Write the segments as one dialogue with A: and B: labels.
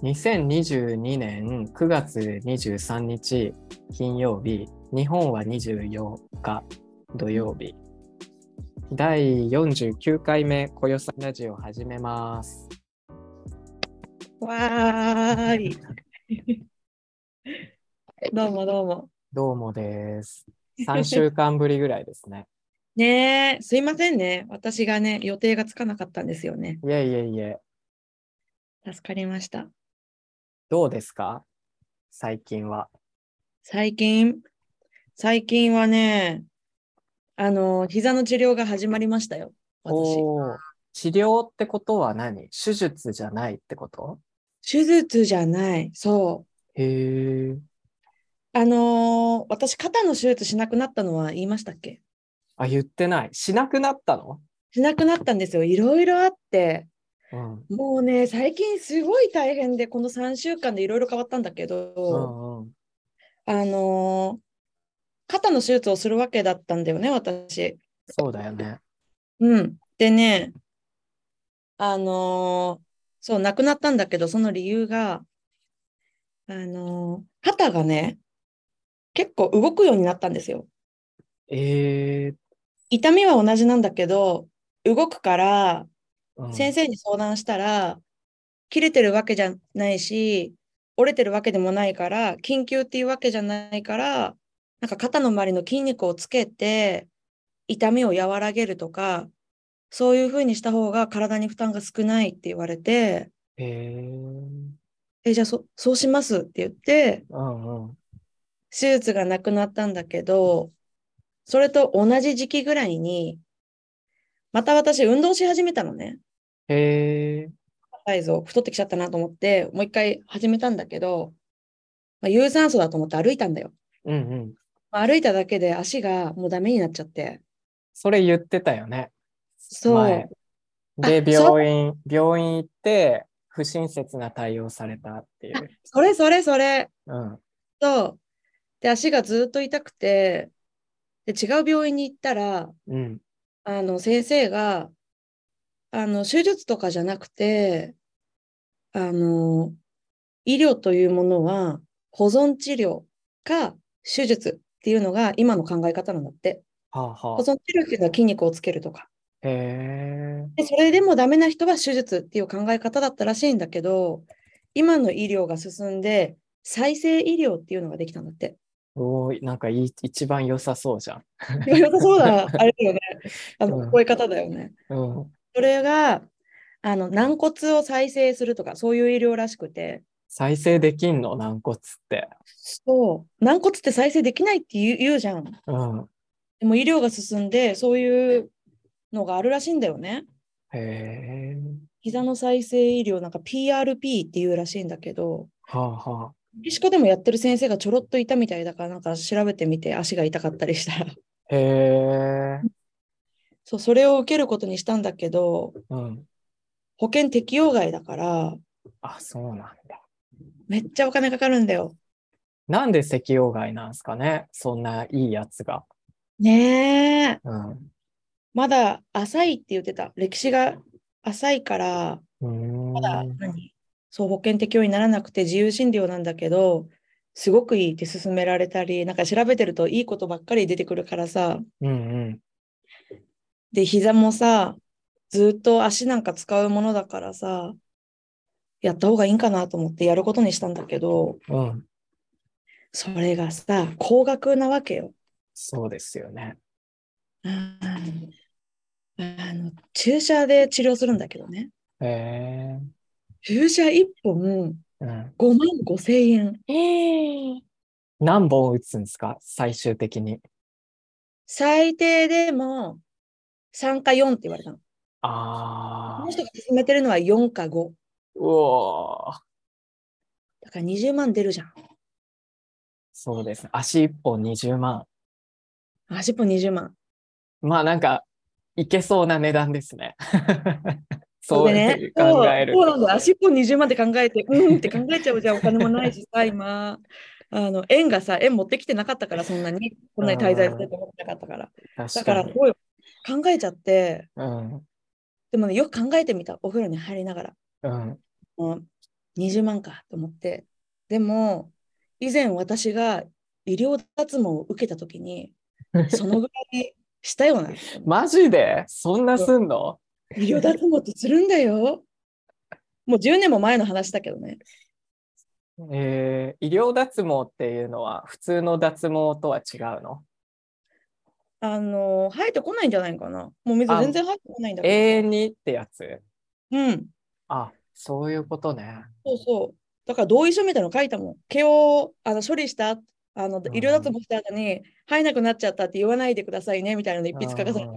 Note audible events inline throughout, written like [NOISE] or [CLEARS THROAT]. A: 2022年9月23日金曜日、日本は24日土曜日、第49回目、こよさんラジオ始めます。
B: わーい。どうもどうも。
A: どうもです。3週間ぶりぐらいですね。
B: ねえ、すいませんね。私がね、予定がつかなかったんですよね。
A: いえいえいえ、
B: 助かりました。
A: どうですか最近は。
B: 最近、最近はね、あの、膝の治療が始まりましたよ。私。
A: おー治療ってことは何手術じゃないってこと
B: 手術じゃない。そ
A: へえ。
B: う。あのー私、肩の手術しなくなったのは言いましたっけ
A: あ、言ってない。しなくなったの
B: しなくなったんですよ。いろいろあって。
A: うん。
B: もうね、最近すごい大変で、この3週間でいろいろ変わったんだけど、
A: うんうん。
B: あのー肩の手術をするわけだったんだよね、私。
A: そうだよね。
B: うん。でね、あのーそう、亡くなったんだけど、その理由が、あのー肩がね、結構動くようになったんですよ。
A: ええ
B: 痛みは同じなんだけど、動くから、
A: うん
B: 先生に相談したら、切れてるわけじゃないし、折れてるわけでもないから、緊急っていうわけじゃないから、なんか肩の周りの筋肉をつけて、痛みを和らげるとか、そういうふうにした方が体に負担が少ないって言われて、
A: へえうん
B: え、じゃあそそうしますって言って、
A: うん。
B: 手術がなくなったんだけど、それと同じ時期ぐらいに、また私運動し始めたのね。
A: へえ
B: サイズを太ってきちゃったなと思って、もう一回始めたんだけど、まあ、有酸素だと思って歩いたんだよ。
A: うんうん。
B: まあ歩いただけで足がもうダメになっちゃって。
A: それ言ってたよね。
B: そ
A: 前
B: う。
A: で、
B: あそう
A: 病院、病院行って、不親切な対応されたっていう。
B: それそれそれ。
A: うん。
B: と、で、足がずっと痛くて、で、違う病院に行ったら、
A: うん。
B: あの、先生が、あの、手術とかじゃなくて、あの、医療というものは、保存治療か手術っていうのが今の考え方なんだって。
A: はあは
B: 保
A: あ。
B: 存治療っていうのは筋肉をつけるとか。
A: へえ
B: で、それでもダメな人は手術っていう考え方だったらしいんだけど、今の医療が進んで、再生医療っていうのができたんだって。 [LAUGHS]
A: おーなんかいい一番良さそうじゃん。
B: 良さそうだ、あれだよね。あ
A: うん
B: の、こういう方だよね。
A: うん。
B: それが、あの、軟骨を再生するとか、そういう医療らしくて、
A: 再生できんの軟骨って。
B: そう、軟骨って再生できないって言う言うじゃん。
A: うん。
B: でも医療が進んで、そういうのがあるらしいんだよね。
A: へえ
B: 膝の再生医療、なんか PRP っていうらしいんだけど、
A: はあはあ。
B: メキシコでもやってる先生がちょろっといたみたいだから、なんか調べてみて足が痛かったりしたら。
A: へえ
B: そう、それを受けることにしたんだけど、
A: うん。
B: 保険適用外だから、
A: あ、そうなんだ。
B: めっちゃお金かかるんだよ。
A: なんで石溶害なんですかねそんないいやつが。
B: ねえ。
A: うん。
B: まだ浅いって言ってた。歴史が浅いから、
A: うーん
B: まだ何そう、保険適用にならなくて自由診療なんだけど、すごくいいって勧められたり、なんか調べてるといいことばっかり出てくるからさ、
A: うんうん。
B: で、膝もさ、ずっと足なんか使うものだからさ、やった方がいいんかなと思ってやることにしたんだけど、
A: うん。
B: それがさ、高額なわけよ。
A: そうですよね。
B: うんあの、注射で治療するんだけどね。
A: へえ
B: 注射1本
A: うん。
B: 5万5千円。
A: 何本打つんですか最終的に。
B: 最低でも3か4って言われたの。こ
A: ああ
B: の。人が勧めてるのは4か5。
A: うおー
B: だから20万出るじゃん。
A: そうですね。足1本20万。
B: 足本20万。
A: まあなんか、いけそうな値段です
B: [LAUGHS]
A: ね。そう
B: で
A: いうふうに考える
B: そう
A: と。
B: そうなんだよ。足っぽ20万って考えて、うんって考えちゃうじゃん。お金もないしさ、 [LAUGHS] 今。あの、円がさ、円持ってきてなかったから、そんなに。こんなに滞在すると思ってなかったから。だ
A: 確
B: か、
A: からに。
B: こうよ考えちゃって、
A: うん。
B: でもね、よく考えてみた。お風呂に入りながら。
A: うん。
B: うん20万かと思って。でも、以前私が医療脱毛を受けた時に、そのぐらいしたような。 [LAUGHS]
A: マジでそんなすんの
B: 医療脱毛ってするんだよ。もう10年も前の話だけどね。
A: えー、医療脱毛っていうのは普通の脱毛とは違うの
B: あの、生えてこないんじゃないかな。もう水
A: あ
B: 全然生えてこないんだ
A: 永
B: け
A: 遠にってやつ
B: ど。うん。
A: あそういうことね。
B: そうそう。だから同意書みたいなの書いたもん。毛をあの処理した、あの
A: ん
B: 医療脱毛した後に生えなくなっちゃったって言わないでくださいねみたいなの一筆書かされ
A: う
B: た。
A: んへ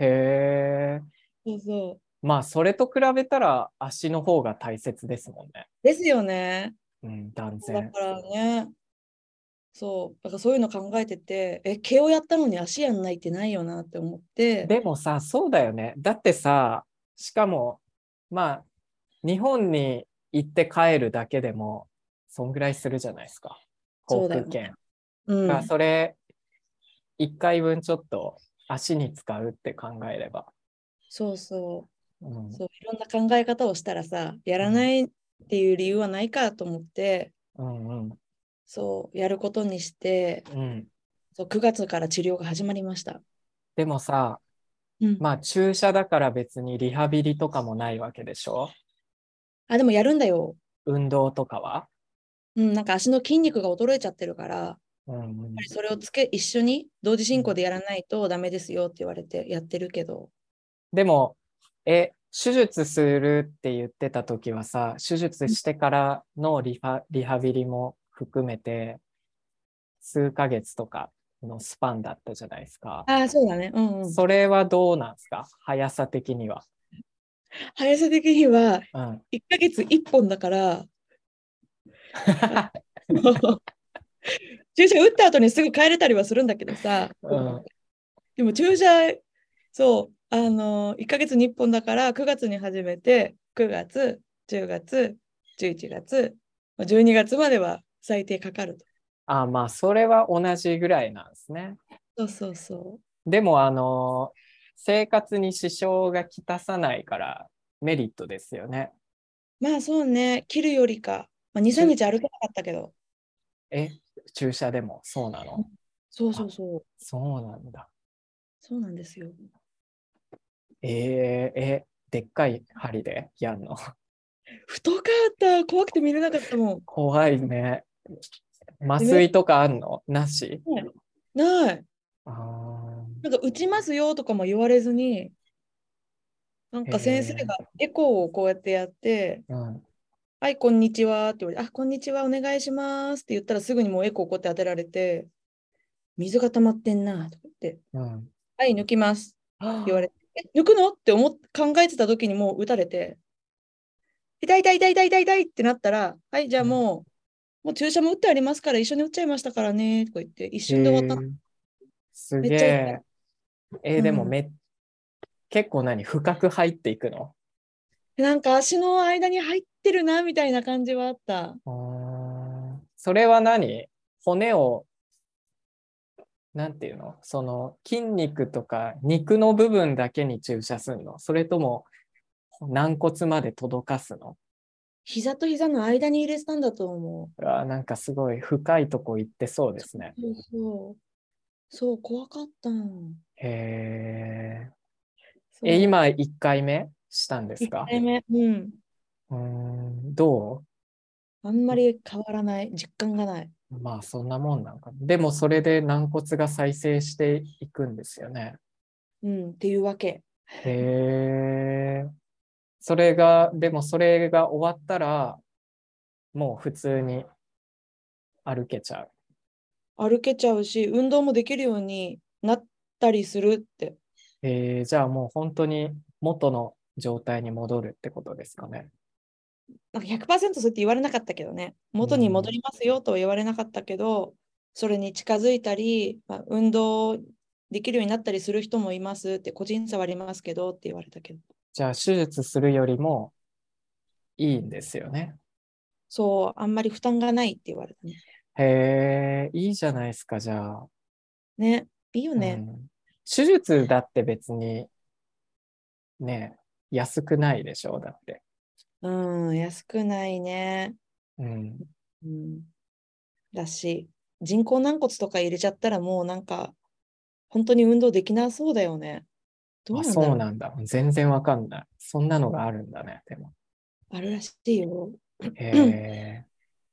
A: え。
B: そうそう。
A: まあそれと比べたら足の方が大切ですもんね。
B: ですよね。
A: うん、断
B: だ
A: 然
B: か。らね。そう。だからそういうの考えてて、え、毛をやったのに足やんないってないよなって思って。
A: でもさ、そうだよね。だってさ、しかも、まあ、日本に行って帰るだけでも、そんぐらいするじゃないですか。
B: そ
A: 航
B: うだよ
A: 空
B: ね
A: 券。
B: うん。
A: まあそれ、1回分ちょっと足に使うって考えれば。
B: そうそう。
A: うん、
B: そういろんな考え方をしたらさ、やらないっていう理由はないかと思って、
A: うん、うん。
B: そう、やることにして、
A: うん。
B: そう9月から治療が始まりました。
A: でもさ、
B: うん
A: まあ注射だから別にリハビリとかもないわけでしょ
B: あ、でもやるんだよ。
A: 運動とかは。
B: うん、なんか足の筋肉が衰えちゃってるから、やっ
A: うんうん
B: ぱりそれをつけ、一緒に同時進行でやらないとダメですよって言われてやってるけど、
A: でも、え、手術するって言ってた時はさ、手術してからのリハリハビリも含めて、数ヶ月とかのスパンだったじゃないですか。
B: ああ、そうだね。うん、うん。
A: それはどうなんですか速さ的には。
B: 速さ的には
A: うん、
B: 1ヶ月1本だ [LAUGHS] から、注射打った後にすぐ帰れたりはするんだけどさ、
A: うん
B: でも注射、そう、あの1ヶ月日本だから9月に始めて、9月、10月、11月、まあ12月までは最低かかると。
A: あ、まあ、それは同じぐらいなんですね。
B: そうそうそ
A: でも、あの、生活に支障がきたさないからメリットですよね。
B: う。まあそうね、切るよりか、まあ、2、3日歩けなかったけど、
A: え、注射でもそうなの
B: そうそうそう、
A: そうなんだ。
B: そうなんですよ。
A: えー、え、でっかい針でやんの
B: 太かった、怖くて見れなかったもん。
A: 怖いね。麻酔とかあんのなし
B: ない。
A: あー
B: なんか打ちますよとかも言われずに、なんか先生がエコーをこうやってやって、
A: うん、
B: はい、こんにちはって言われて、あ、こんにちは、お願いしますって言ったらすぐにもうエコーこうやって当てられて、水が溜まってんなとか言って、
A: うん。
B: はい、抜きますって言わ
A: あ
B: れて、え、抜くのって思っ考えてた時にもう打たれて、痛い痛い痛い痛い痛い痛いってなったら、はい、じゃあもう、もう注射も打ってありますから一緒に打っちゃいましたからねとか言って、一瞬で終わった。
A: えーす
B: め
A: げ
B: っちゃ痛
A: え。えーでもめ、結構何深く入っていくの
B: なんか足の間に入ってるなみたいな感じはあった。
A: あーそれは何骨を、なんていうのその筋肉とか肉の部分だけに注射するのそれとも軟骨まで届かすの
B: 膝と膝の間に入れてたんだと思
A: うわーなんかすごい深いとこ行ってそうですね。
B: う。そうそう。そう、怖かったの。
A: へ
B: そ
A: ー
B: う
A: え、今1回目したんです
B: 一
A: か
B: 回目。うん。
A: うーん、ど
B: あんまり変わらない。実感がない。
A: うまあそんなもんなんか。でもそれで軟骨が再生していくんですよね。
B: うん。っていうわけ。
A: へえ。それが、でもそれが終わったら、もう普通に歩けちゃう。
B: 歩けちゃうし、運動もできるようになったりするって。
A: えー、じゃあもう本当に元の状態に戻るってことですかね。
B: なんか100%そうやって言われなかったけどね。元に戻りますよとは言われなかったけど、それに近づいたり、まあ、運動できるようになったりする人もいますって、個人差はありますけどって言われたけど。
A: じゃあ手術するよりもいいんですよね。
B: そう、あんまり負担がないって言われたね。
A: へえ、いいじゃないですか、じゃあ。
B: ね。いいよね。
A: うん手術だって別に、ねえ、安くないでしょ、だって。
B: うん、安くないね。
A: うん。
B: うん、だし、人工軟骨とか入れちゃったらもうなんか、本当に運動できなそうだよね。どう
A: あ
B: なんだろ
A: そううなんだ。全然わかんない。そんなのがあるんだね、でも。
B: あるらしいよ。
A: へえ。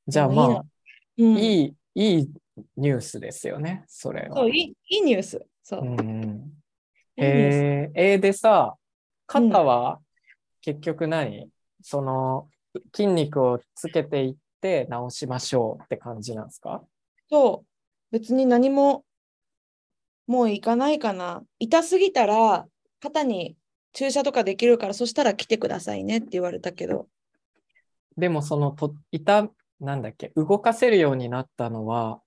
A: じゃあ
B: でもいい
A: ま
B: う
A: あ、
B: ん、
A: いい、いいニュースですよね、それは。
B: そういいいいニュース。そう。
A: うんうん。
B: いいニュース
A: えー、えーでさ、肩は結局何、その筋肉をつけていって直しましょうって感じなんですか
B: そう。別に何も、もう行かないかな。痛すぎたら、肩に注射とかできるから、そしたら来てくださいねって言われたけど。
A: でもそのと、痛、なんだっけ、動かせるようになったのは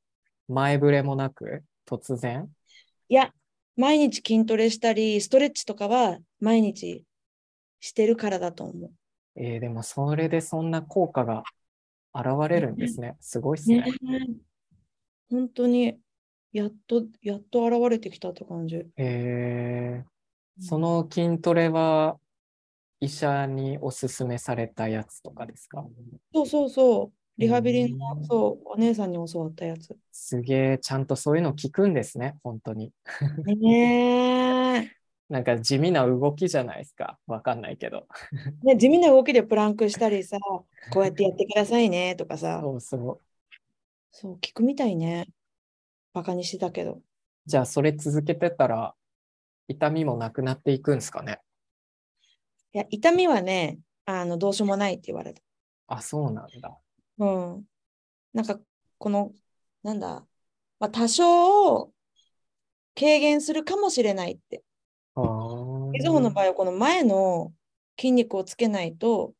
A: 前触れもなく突然
B: いや、毎日筋トレしたり、ストレッチとかは毎日してるからだと思う。
A: えーでもそれでそんな効果が現れるんですね。すごいっすね。
B: 本当に、やっと、やっと現れてきたって感じ。
A: えーその筋トレは医者におすすめされたやつとかですか
B: そうそうそう。リハビリ
A: う
B: の、
A: ん
B: そう、お姉さんに教わったやつ。
A: すげえ、ちゃんとそういうの聞くんですね、本当に。
B: ねえ。
A: なんか地味な動きじゃないですか。わかんないけど。
B: ね、地味な動きでプランクしたりさ、こうやってやってくださいねとかさ、
A: そうそう。
B: そう、聞くみたいね。バカにしてたけど。
A: じゃあ、それ続けてたら、痛みもなくなっていくんですかね。
B: いや、痛みはね、あの、どうしようもないって言われた。
A: あ、そうなんだ。
B: うん。なんか、この、なんだ、まあ、多少を軽減するかもしれないって。
A: あー
B: みずほの場合は、この前の筋肉をつけないと、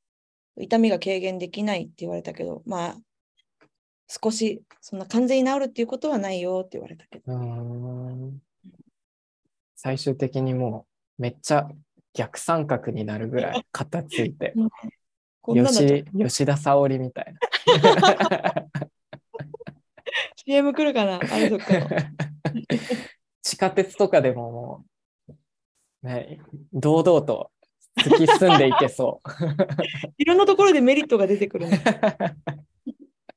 B: 痛みが軽減できないって言われたけど、まあ、少し、そんな完全に治るっていうことはないよって言われたけど。
A: うーん最終的にもう、めっちゃ逆三角になるぐらい肩ついて、
B: [LAUGHS] こんなのちょっ
A: 吉
B: と
A: 吉田沙織みたい
B: CM 来るかなあれとか。
A: な。地下鉄とかでももう、ね、堂々と突き進んでいけそう。
B: [LAUGHS] いろんなところでメリットが出てくるね。 [LAUGHS]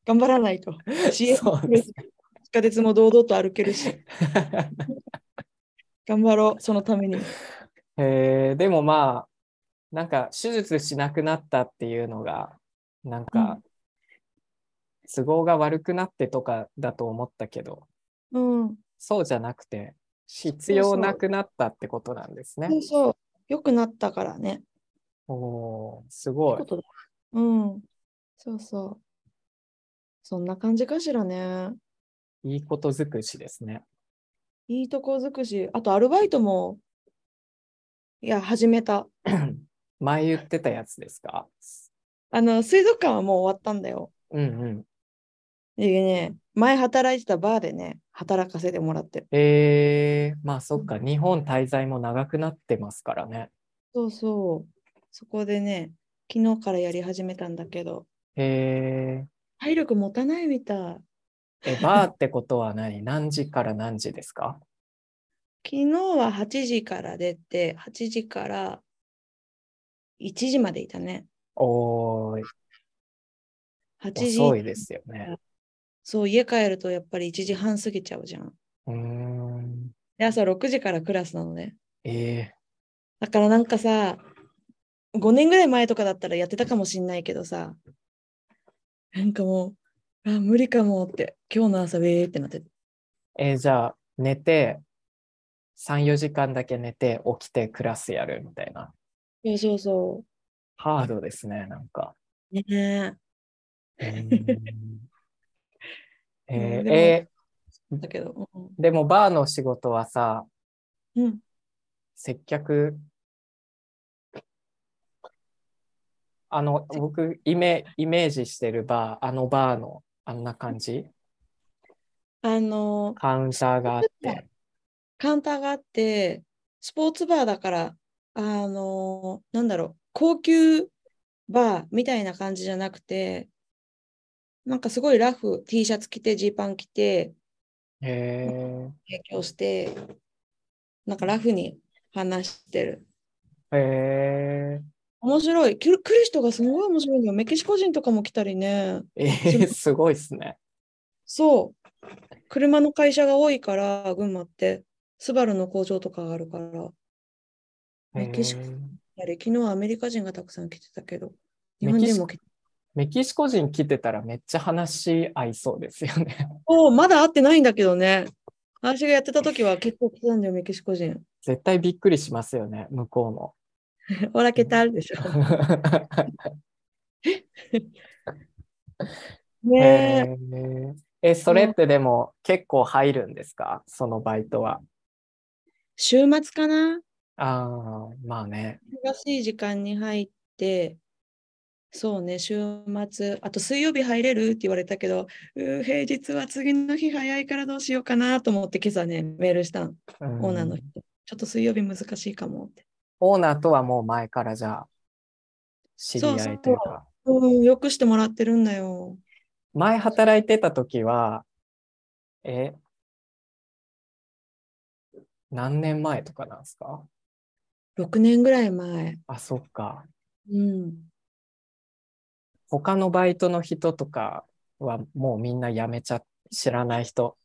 B: 頑張ら [LAUGHS] ないと。CM
A: そうです
B: 地下鉄も堂々と歩けるし、頑張ろう、そのために。
A: えーでもまあなんか手術しなくなったっていうのがなんか都合が悪くなってとかだと思ったけど
B: うん。
A: そうじゃなくて必要なくなったってことなんですね。
B: そうそう。良くなったからね。
A: おーす
B: い
A: ご
B: い
A: い
B: こ。とだ。うん。そうそう。そんな感じかしらね。
A: いいこと尽くしですね。
B: いいとこ尽くし。あと、アルバイトも、いや、始めた。
A: 前言ってたやつですか
B: あの、水族館はもう終わったんだよ。
A: うんうん。
B: でね、前働いてたバーでね、働かせてもらってる。
A: えー、まあそっか、日本滞在も長くなってますからね。
B: そうそう。そこでね、昨日からやり始めたんだけど、
A: え
B: 体力持たないみたい。
A: ー、え、バーってことは何何時から何時ですか
B: 昨日は8時から出て、8時から1時までいたね。
A: おーい、
B: 8時。
A: 遅いですよね。
B: そう、家帰るとやっぱり1時半過ぎちゃうじゃん。
A: うーん。
B: で、朝6時からクラスなのね。
A: え
B: だからなんかさ、5年ぐらい前とかだったらやってたかもしんないけどさ、なんかもう、あ、無理かもって、今日の朝、ウェーってなってた
A: ー、えーじゃあ、寝て、3、4時間だけ寝て、起きてクラスやるみたいな。
B: そうそうそ
A: ハードですね、なんか。
B: う。ねえ。
A: うーんえ
B: うん
A: ー
B: でも
A: え
B: だけど、うん
A: ーでもバーの仕事はさ、
B: うん、
A: 接客、あの、僕、イメイメージしてるバー、あのバーの、あんな感じ
B: あの
A: カウンターがあって。
B: カウンターがあってスポーツバーだからあのなんだろう高級バーみたいな感じじゃなくてなんかすごいラフ T シャツ着てジーパン着て
A: へー
B: 提供してなんかラフに話してる
A: へえ。
B: 面白い。来る来る人がすごい面白いんだよ。メキシコ人とかも来たりね。
A: えー、すごいですね。
B: そう。車の会社が多いから、群馬って。スバルの工場とかがあるから。メキシコ
A: うーん
B: やれ昨日はアメリカ人がたくさん来てたけど、日
A: メ
B: 本
A: キシコ
B: 人も来て
A: メキシコ人来てたらめっちゃ話し合いそうですよね。 [LAUGHS]
B: おーまだ会ってないんだけどね。私がやってた時は結構来てたんだよ、メキシコ人。
A: 絶対びっくりしますよね、向こうも。
B: オラケタルでしょ。ね
A: [LAUGHS] へ
B: え。
A: ーえ、それってでも結構入るんですかそのバイトは。
B: 週末かな
A: ああ、まあね。
B: 忙しい時間に入って、そうね、週末、あと水曜日入れるって言われたけど、うー平日は次の日早いからどうしようかなと思って、今朝ね、メールしたん、
A: うん
B: オーナーの人。ちょっと水曜日難しいかもって。
A: オーナーとはもう前からじゃあ、知り合いというか。
B: うん、よくしてもらってるんだよ。
A: 前働いてた時は、え、何年前とかなんですか
B: 6年ぐらい前。
A: あ、そっか。
B: うん。
A: 他のバイトの人とかはもうみんな辞めちゃ、知らない人。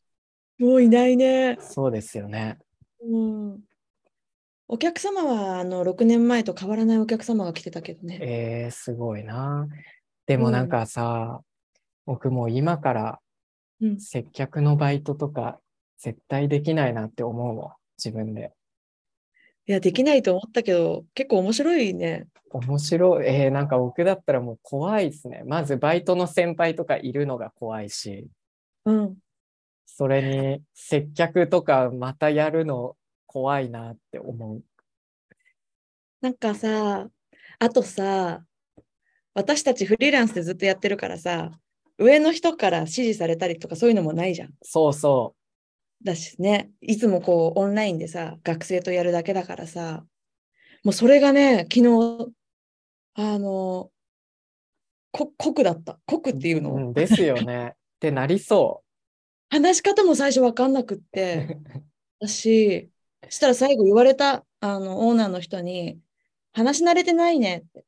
B: もういないね。
A: そうですよね。
B: うん。お客様はあの6年前と変わらないお客様が来てたけどね。
A: えー、すごいな。でもなんかさ、僕もう今から
B: うん、
A: 接客のバイトとか絶対できないなって思うもん。自分で。
B: いや、できないと思ったけど、結構面白いね。
A: 面白い。えー、なんか僕だったらもう怖いですね。まずバイトの先輩とかいるのが怖いし、
B: うん。
A: それに接客とかまたやるの怖いなって思う。
B: なんかさ、あとさ、私たちフリーランスでずっとやってるからさ、上の人から指示されたりとかそういうのもないじゃん。
A: そうそ
B: だしね、いつもこうオンラインでさ、学生とやるだけだからさ、もうそれがね、昨日、あの、こ酷だった。酷っていう
A: う。
B: の、
A: うん、ですよ
B: [LAUGHS]
A: ね。ってなりそ
B: 話し方も最初わかんなくって、だし、したら最後言われた、あの、オーナーの人に、話し慣れてないねって、
A: う。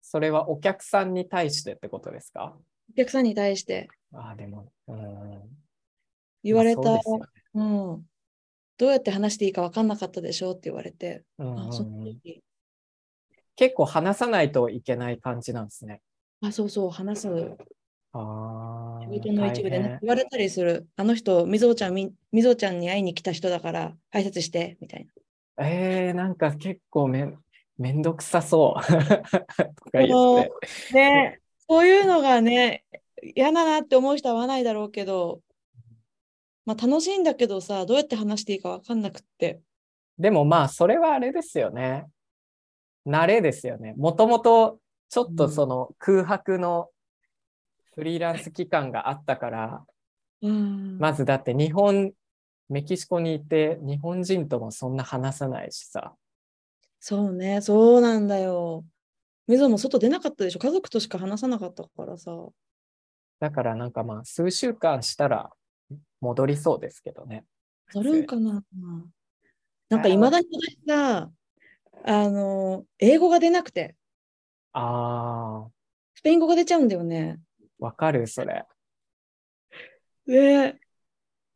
A: それはお客さんに対してってことですか
B: お客さんに対して
A: ああ、でも、うん。
B: 言われ
A: まあ
B: た。
A: そうですよね
B: うん。どうやって話していいか分かんなかったでしょって言われて、
A: うん
B: あその
A: うんうん
B: 時
A: 結構話さないといけない感じなんですね。
B: あ、そうそう、話す。
A: ああ。
B: 仕事の一部で、
A: 大
B: ね
A: 変、
B: 言われたりする。あの人、みぞおちゃんみ、みぞおちゃんに会いに来た人だから、挨拶して、みたい
A: えー、なんか結構めんめんどくさそう [LAUGHS] とか言
B: そ
A: っ
B: う
A: て。
B: な。ね、そういうのがね、嫌だなって思う人は合わないだろうけど、まあ楽しいんだけどさ、どうやって話していいか分かんなくって。
A: でもまあそれはあれですよね。慣れですよね。もともとちょっとその空白のフリーランス期間があったから、
B: うん
A: まずだって日本、メキシコにいて日本人ともそんな話さないしさ。
B: そうね、そうなんだよ。みぞも外出なかったでしょ家族としか話さなかったからさ。
A: だからなんかまあ数週間したら戻りそうですけどね。
B: なるんかななんかいまだに私さ、あの、英語が出なくて、
A: ああ、
B: スペイン語が出ちゃうんだよね。
A: わかるそれ。
B: ね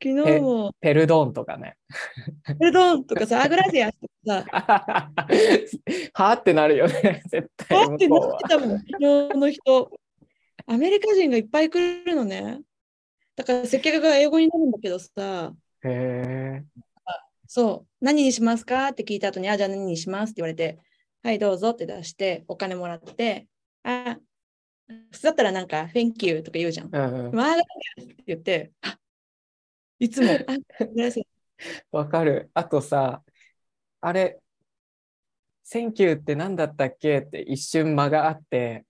B: 昨日も、
A: ペルドーンとかね。
B: [LAUGHS] ペルドンとかさ、アグラシアスとかさ、
A: [LAUGHS] はあってなるよね、 [LAUGHS] 絶対
B: だって
A: 向
B: な
A: こう
B: っ
A: は
B: て。たもん、昨日の人。アメリカ人がいっぱい来るのね。だから接客が英語になるんだけどさ、
A: へえ。
B: そう、何にしますかって聞いた後に、あ、じゃあ何にしますって言われて、はい、どうぞって出して、お金もらって、あ、普通だったらなんか、Thank you とか言うじゃん。
A: うんうん、
B: マーガリアって言って、あいつも、あグラス
A: わかる。あとさ、あれ、センキューって何だったっけって一瞬間があって、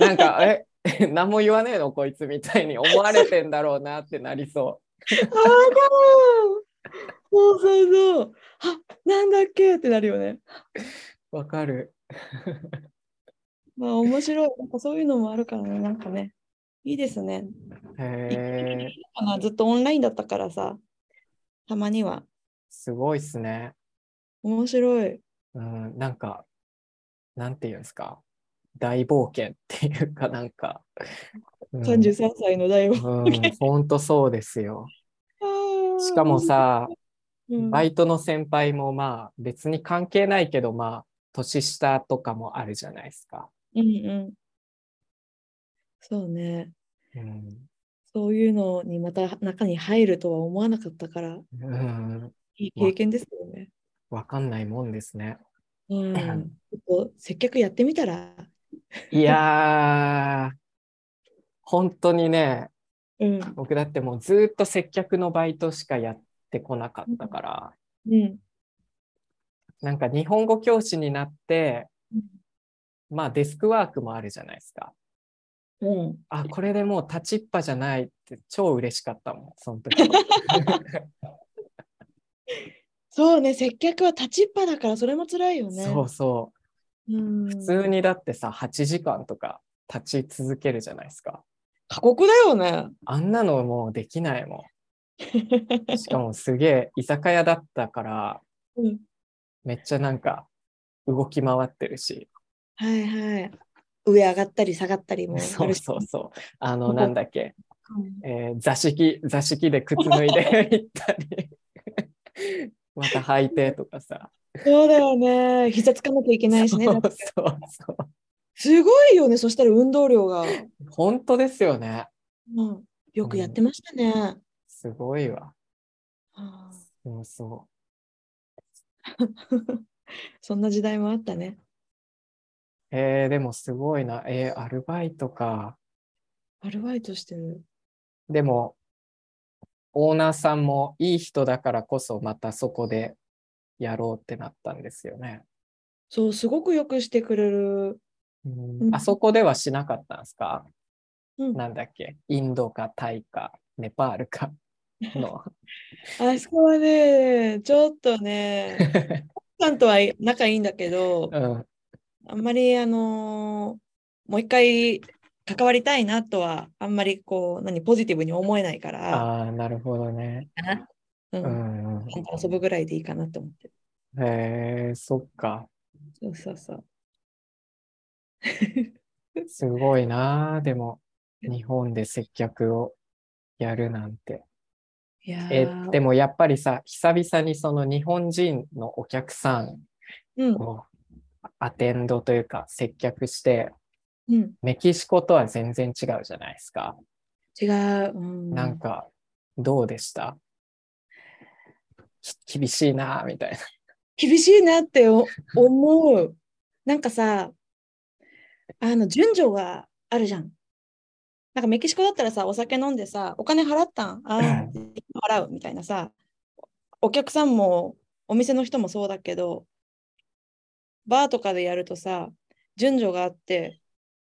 A: なんか、え、 [LAUGHS] 何も言わねえのこいつみたいに思われてんだろうなってなりそ
B: あー、そうそうそう。あなんだっけってなるよね。
A: う。わかる。
B: まあ、面白い。なんかそういうのもあるからね、なんかね。いいですね。
A: へえ、
B: あのずっとオンラインだったからさ、たまには。
A: すごいっすね。
B: 面白い。
A: うん、なんか、なんていうんですか、大冒険っていうかなんか。うん
B: 33歳の代を。
A: うん、
B: [LAUGHS]
A: ほんとそうですよ。しかもさ、
B: うん、
A: バイトの先輩もまあ別に関係ないけどまあ年下とかもあるじゃないですか。
B: うんうん。そうね。
A: うん。
B: そういうのにまた中に入るとは思わなかったから、
A: うん、
B: いい経験ですよね。
A: わかんないもんですね。
B: うん。ちょっと接客やってみたら、
A: いやー、本当にね、
B: うん。
A: 僕だってもうずーっと接客のバイトしかやってこなかったから、
B: うん。
A: なんか日本語教師になって、まあデスクワークもあるじゃないですか。
B: うん。
A: あ、これでもう立ちっぱじゃないって超嬉しかったもん、その
B: [LAUGHS]
A: 時。
B: そうね、接客は立ちっぱだから、それも辛いよね。
A: そうそう。
B: うん、
A: 普通にだってさ8時間とか立ち続けるじゃないですか
B: 過酷だよね。
A: あんなのもうできないも
B: [LAUGHS]
A: んしかもすげえ居酒屋だったから
B: うん、
A: めっちゃなんか動き回ってるし
B: はいはい。上上がったり下がったりもあ
A: そ
B: る
A: う
B: し。
A: そうそうあの
B: うん
A: なんだっけ、
B: うん
A: えー座敷座敷で靴脱いで [LAUGHS] 行ったりまた履いてとかさ
B: そうだよね。膝つかなきゃいけないしね。
A: そうそうそう
B: すごいよね。そしたら運動量が。
A: 本当ですよね
B: うん、よくやってましたね。
A: すごいわ
B: あ
A: そうそ
B: ー [LAUGHS] そんな時代もあったね。
A: うえーでもすごいなえーアルバイトか
B: アルバイトしてる。
A: でも、オーナーさんもいい人だからこそ、またそこでやろうってなったんですよね。
B: そう、すごくよくしてくれる。うん
A: あそこではしなかったんですか
B: うん、あ
A: なんだっけインドかタイかネパールか
B: [LAUGHS]
A: の。
B: そこはね、ちょっとね、 [LAUGHS] さんとは仲いいんだけど、
A: うん、
B: あんまり、あのーもう一回関わりたいなとは、あんまりこう、何、ポジティブに思えないから、
A: ああ、なるほどね。
B: うん
A: う、んうん、
B: なんか遊ぶぐらいでいいかなと思ってる。
A: へえ、そっか。
B: そうそ
A: [LAUGHS]
B: うそう。
A: すごいな。でも、日本で接客をやるなんて。
B: いや
A: え
B: ー、
A: でもやっぱりさ、久々にその日本人のお客さん
B: うん、
A: こうアテンドというか接客して
B: うん、
A: メキシコとは全然違うじゃないですか。
B: 違う。うん、
A: なんかどうでしたき厳しいなみたい
B: 厳しいなってお [LAUGHS] 思う。なんかさ、あの、順序があるじゃん。なんかメキシコだったらさ、お酒飲んでさ、お金払ったんあー払うみたいなさ、お客さんもお店の人もそうだけど、バーとかでやるとさ、順序があって、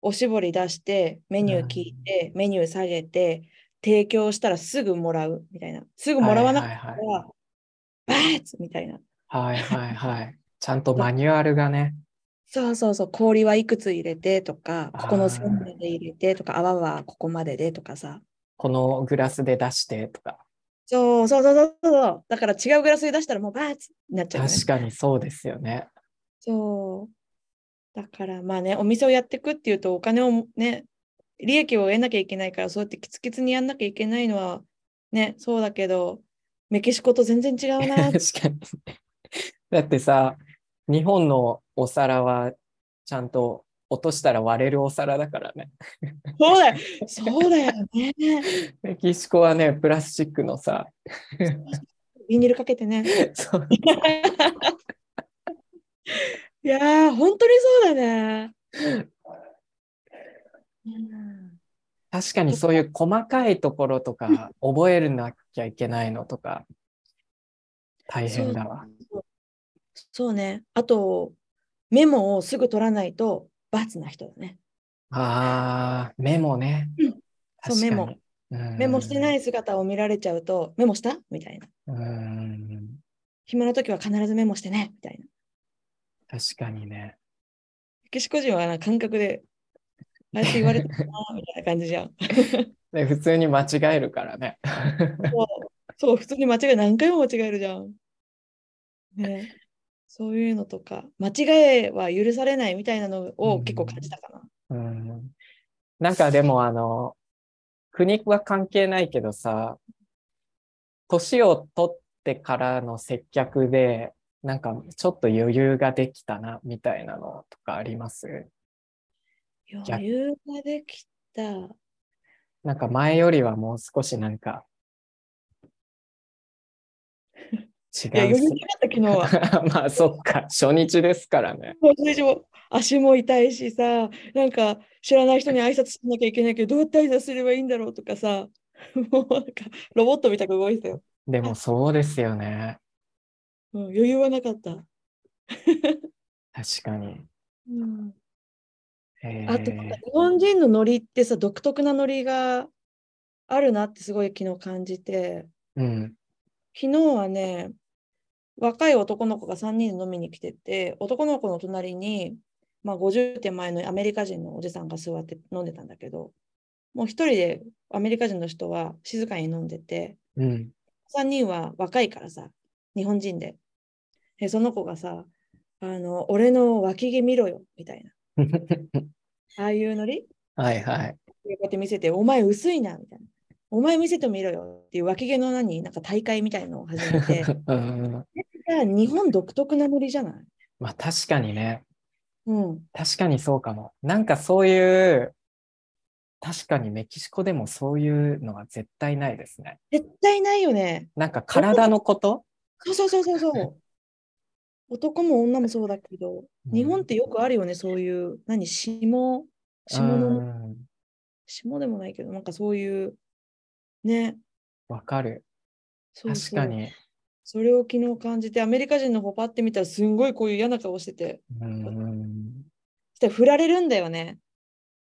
B: おしぼり出して、メニュー聞いて、メニュー下げて、提供したらすぐもらうみたいな。すぐ
A: な。
B: [LAUGHS] もらわな
A: はいは
B: かった
A: い
B: ら、バーツみたいな。
A: はい。はいはいはい。ちゃんとマニュアルがね。
B: そうそうそう、氷はいくつ入れてとか、
A: あー
B: ここのせんべいで入れてとか、泡はここまででとかさ。
A: このグラスで出してとか。
B: そうそうそうそうそう。だから違うグラスに出したらもうバーッになっちゃうよね、
A: 確かにそうですよね。
B: そう。だからまあね、お店をやっていくっていうと、お金をね、利益を得なきゃいけないから、そうやってキツキツにやんなきゃいけないのはね、そうだけど、メキシコと全然違うな
A: [LAUGHS]
B: っ
A: 確
B: て。
A: かに。だってさ、日本のお皿はちゃんと落としたら割れるお皿だからね。 [LAUGHS]
B: そうだよ、そうだよね。
A: メキシコはね、プラスチックのさ、
B: ビニールかけてね。
A: そう
B: いやー、本当にそうだね。うん
A: 確かにそういう細かいところとか覚えなきゃいけないのとか大変だわ。
B: そうね。あと、メモをすぐ取らないと、罰な人だね。
A: ああ、メモね。
B: うんそう
A: 確かに。
B: メモ。メモしてないい姿を見られちゃうと、メモしたみたい
A: う
B: な。
A: ん、
B: 暇な時は必ずメモしてねみたいな。
A: 確かにね。
B: メキシコ人はな感覚で、ああやって言われたなみたいな感じじゃん。
A: で普通に間違えるからね。
B: そう、そう普通に間違い何回も間違えるじゃん。ね、そういうのとか、間違いは許されないみたいなのを結構感じたかな。
A: うんなんかでもあの、国は関係ないけどさ、年を取ってからの接客で、なんかちょっと余裕ができたな、みたいなのとかあります逆
B: 余裕ができた。
A: なんか前よりはもう少しなんか、違
B: いや、
A: う
B: 余裕なかった昨日は。
A: せ。 [LAUGHS] まあそっか、初日ですからね。
B: もう最初足も痛いしさ、なんか知らない人に挨拶しなきゃいけないけど、どうやって挨拶すればいいんだろうとかさ、もうなんかロボットみたく動いてたよ。
A: でもそうですよね。
B: うん、余裕はなかった。
A: 確かに。
B: うん、
A: へー
B: あと、日本人のノリってさ、独特なノリがあるなってすごい昨日感じて、
A: うん。
B: 昨日はね、若い男の子が3人で飲みに来てて、男の子の隣に、まあ、50手前のアメリカ人のおじさんが座って飲んでたんだけど、もう一人でアメリカ人の人は静かに飲んでて、
A: うん。 [LAUGHS]
B: 3人は若いからさ、日本人で。でその子がさ、あの、俺の脇毛見ろよ、みたいな。ああいうノリ
A: はいはい。
B: こうやって見せて、お前薄いな、みたいな。お前見せてみろよっていう脇毛の何、なんか大会みたいのを始め
A: [LAUGHS]
B: て、
A: うん、
B: が日本独特なノリじゃない
A: まあ確かにね、
B: うん。
A: 確かにそうかも。なんかそういう、確かにメキシコでもそういうのは絶対ないですね。
B: 絶対ないよね。
A: なんか体のこと
B: そうそうそうそうそう。男も女もそうだけど、日本ってよくあるよね、そういう、何、下、下
A: う
B: の、
A: ん
B: 下でもないけど、なんかそういう、ね、
A: わかる。
B: そう
A: 確
B: そう
A: か。に。
B: それを昨日感じて、アメリカ人の方パって見たら、すんごいこういう嫌な顔してて、
A: うん
B: そして振られるんだよね。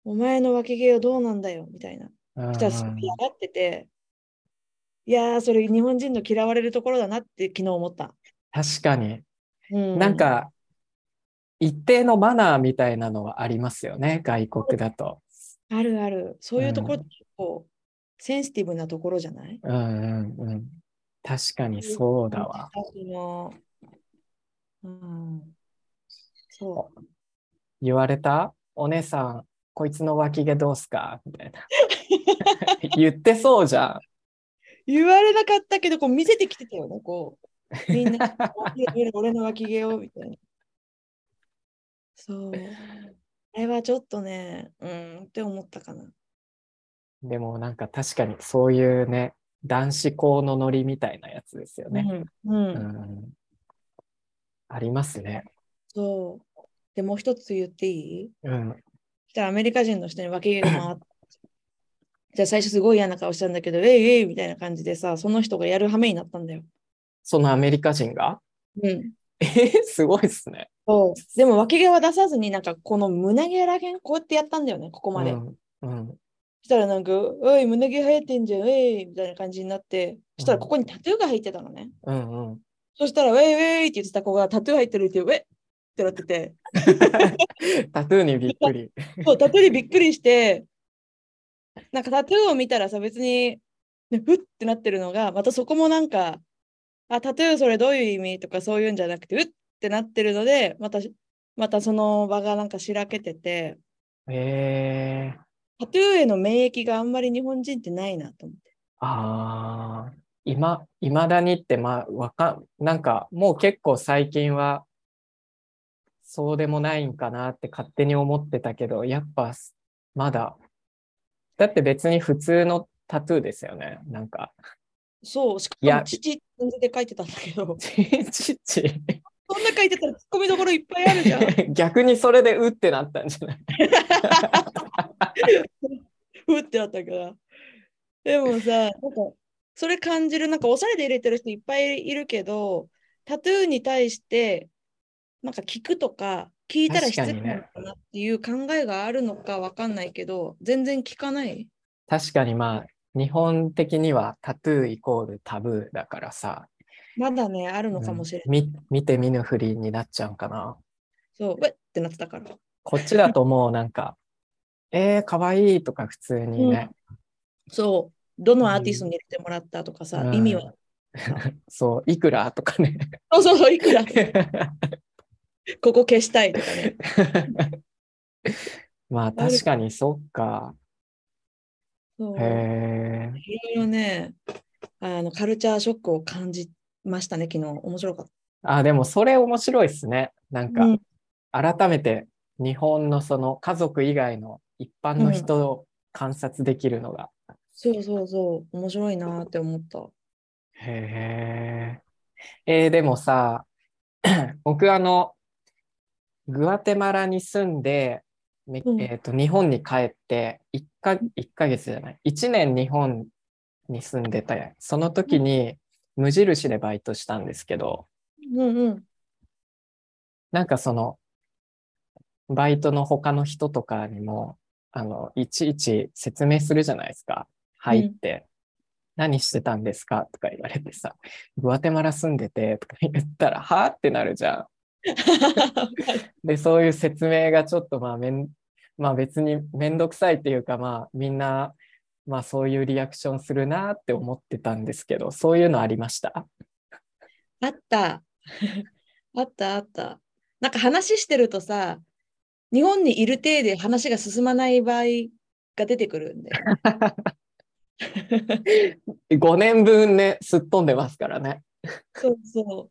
B: お前の脇毛はどうなんだよ、みたいな。
A: うん
B: したらすごい嫌がってて、いやー、それ日本人の嫌われるところだなって昨日思った。
A: 確かに。
B: う
A: なん、か、一定のマナーみたいなのはありますよね、外国だと。
B: あるある。そういうところ
A: う
B: って結構センシティブなところじゃない
A: うんうんうん、確かにそうだわ。。
B: 私のうん。そ
A: 言われたお姉さん、こいつの脇毛どうすかみたいな。
B: [LAUGHS]
A: 言ってそうじゃ
B: う。言われなかったけど、こう見せてきてたよね、こう。みん
A: ん。 [LAUGHS]
B: な、俺の脇毛を、みたいな。そう。あれはちょっとね、うんって思ったかな。
A: でもなんか確かにそういうね、男子校のノリみたいなやつですよね。
B: うん。うん
A: うんありますね。
B: そう。でもう一つ言っていい
A: うん。
B: そしたらアメリカ人の人に脇毛が回って。じゃあ最初すごい嫌な顔したんだけど、えいえいみたいな感じでさ、その人がやる羽目になったんだよ。
A: そのアメリカ人が [LAUGHS]
B: うん。
A: えすごいですね。
B: そうでも脇毛は出さずに、なんかこの胸毛らへん、こうやってやったんだよね、ここまで。
A: うんうん
B: そしたらなんか、おい、胸毛生えてんじゃん、おいみたいな感じになって、そしたらここにタトゥーが入ってたのね。
A: うんうん、
B: そしたら、ウェイウェイって言ってた子がタトゥー入ってるって、ウェイってなってて、
A: タトゥーにびっく
B: [LAUGHS]
A: り。
B: そう、タトゥーにびっくりして、なんかタトゥーを見たらさ、別に、ね、ふってなってるのが、またそこもなんか、あ、タトゥーそれどういう意味とかそういうんじゃなくて、うってなってるので、また、またその場がなんかしらけてて、
A: えー、
B: タトゥーへの免疫があんまり日本人ってないなと思って。
A: ああ、今、いまだにって、まあ、わかん、なんか、もう結構最近は、そうでもないんかなって勝手に思ってたけど、やっぱ、まだ、だって別に普通のタトゥーですよね。なんか、
B: そう、しか
A: いや
B: も父って感じで書いてたんだけど、
A: ちち
B: [LAUGHS]
A: ち、
B: そんな書いてたらツッコミどころいっぱいあるじゃん。
A: 逆にそれでうってなったんじゃない
B: ふってなったから。でもさ、なんかそれ感じる、なんかおしゃれで入れてる人いっぱいいるけど、タトゥーに対して、なんか聞くとか、聞いたら
A: 確か
B: 失
A: に
B: 礼
A: ね
B: なのかなっていう考えがあるのかわかんないけど、全然聞かない。
A: 確かにまあ、日本的にはタトゥーイコールタブーだからさ、
B: まだね、あるのかもしれない。
A: み、見て見ぬふりになっちゃうかな。
B: そう、うえってなってたから。
A: こっちだともうなんか、 [LAUGHS] えー、かわいいとか普通にね、
B: そう、どのアーティストに入れてもらったとかさ、
A: うん
B: 意味は
A: そう、いくらとかね。 [LAUGHS]
B: そうそうそう、いくら、ここ消したいとかね。
A: まあ確かにそっか。
B: そう
A: へえ。
B: いろいろね、あの、カルチャーショックを感じましたね、昨日。面白かっ
A: あ、でもそれ面白いですね。なん
B: た。う
A: か
B: ん
A: 改めて日本のその家族以外の一般の人を観察できるのが。
B: そうそうそう、面白いなって思った。
A: へえ。えーでもさ、 [CLEARS THROAT] 僕あの、グアテマラに住んで、め
B: うん
A: えーと、日本に帰って1か、1ヶ月じゃない、1年日本に住んでたやその時に無印でバイトしたんですけど、
B: うんうん。
A: なんかその、バイトの他の人とかにも、あの、いちいち説明するじゃないですか。入って、何してたんですかとか言われてさ、グアテマラ住んでて、とか言ったら、はぁってなるじゃん。で、そういう説明がちょっとまあめん、まあ別にめんどくさいっていうか、まあみんな、まあそういうリアクションするなって思ってたんですけど、そういうのありました
B: [LAUGHS] あった。あったあった。なんか話してるとさ、日本にいる体で話が進まない場合が出てくるんで。
A: ?5 年分ね、すっ飛んでますからね。
B: そうそう。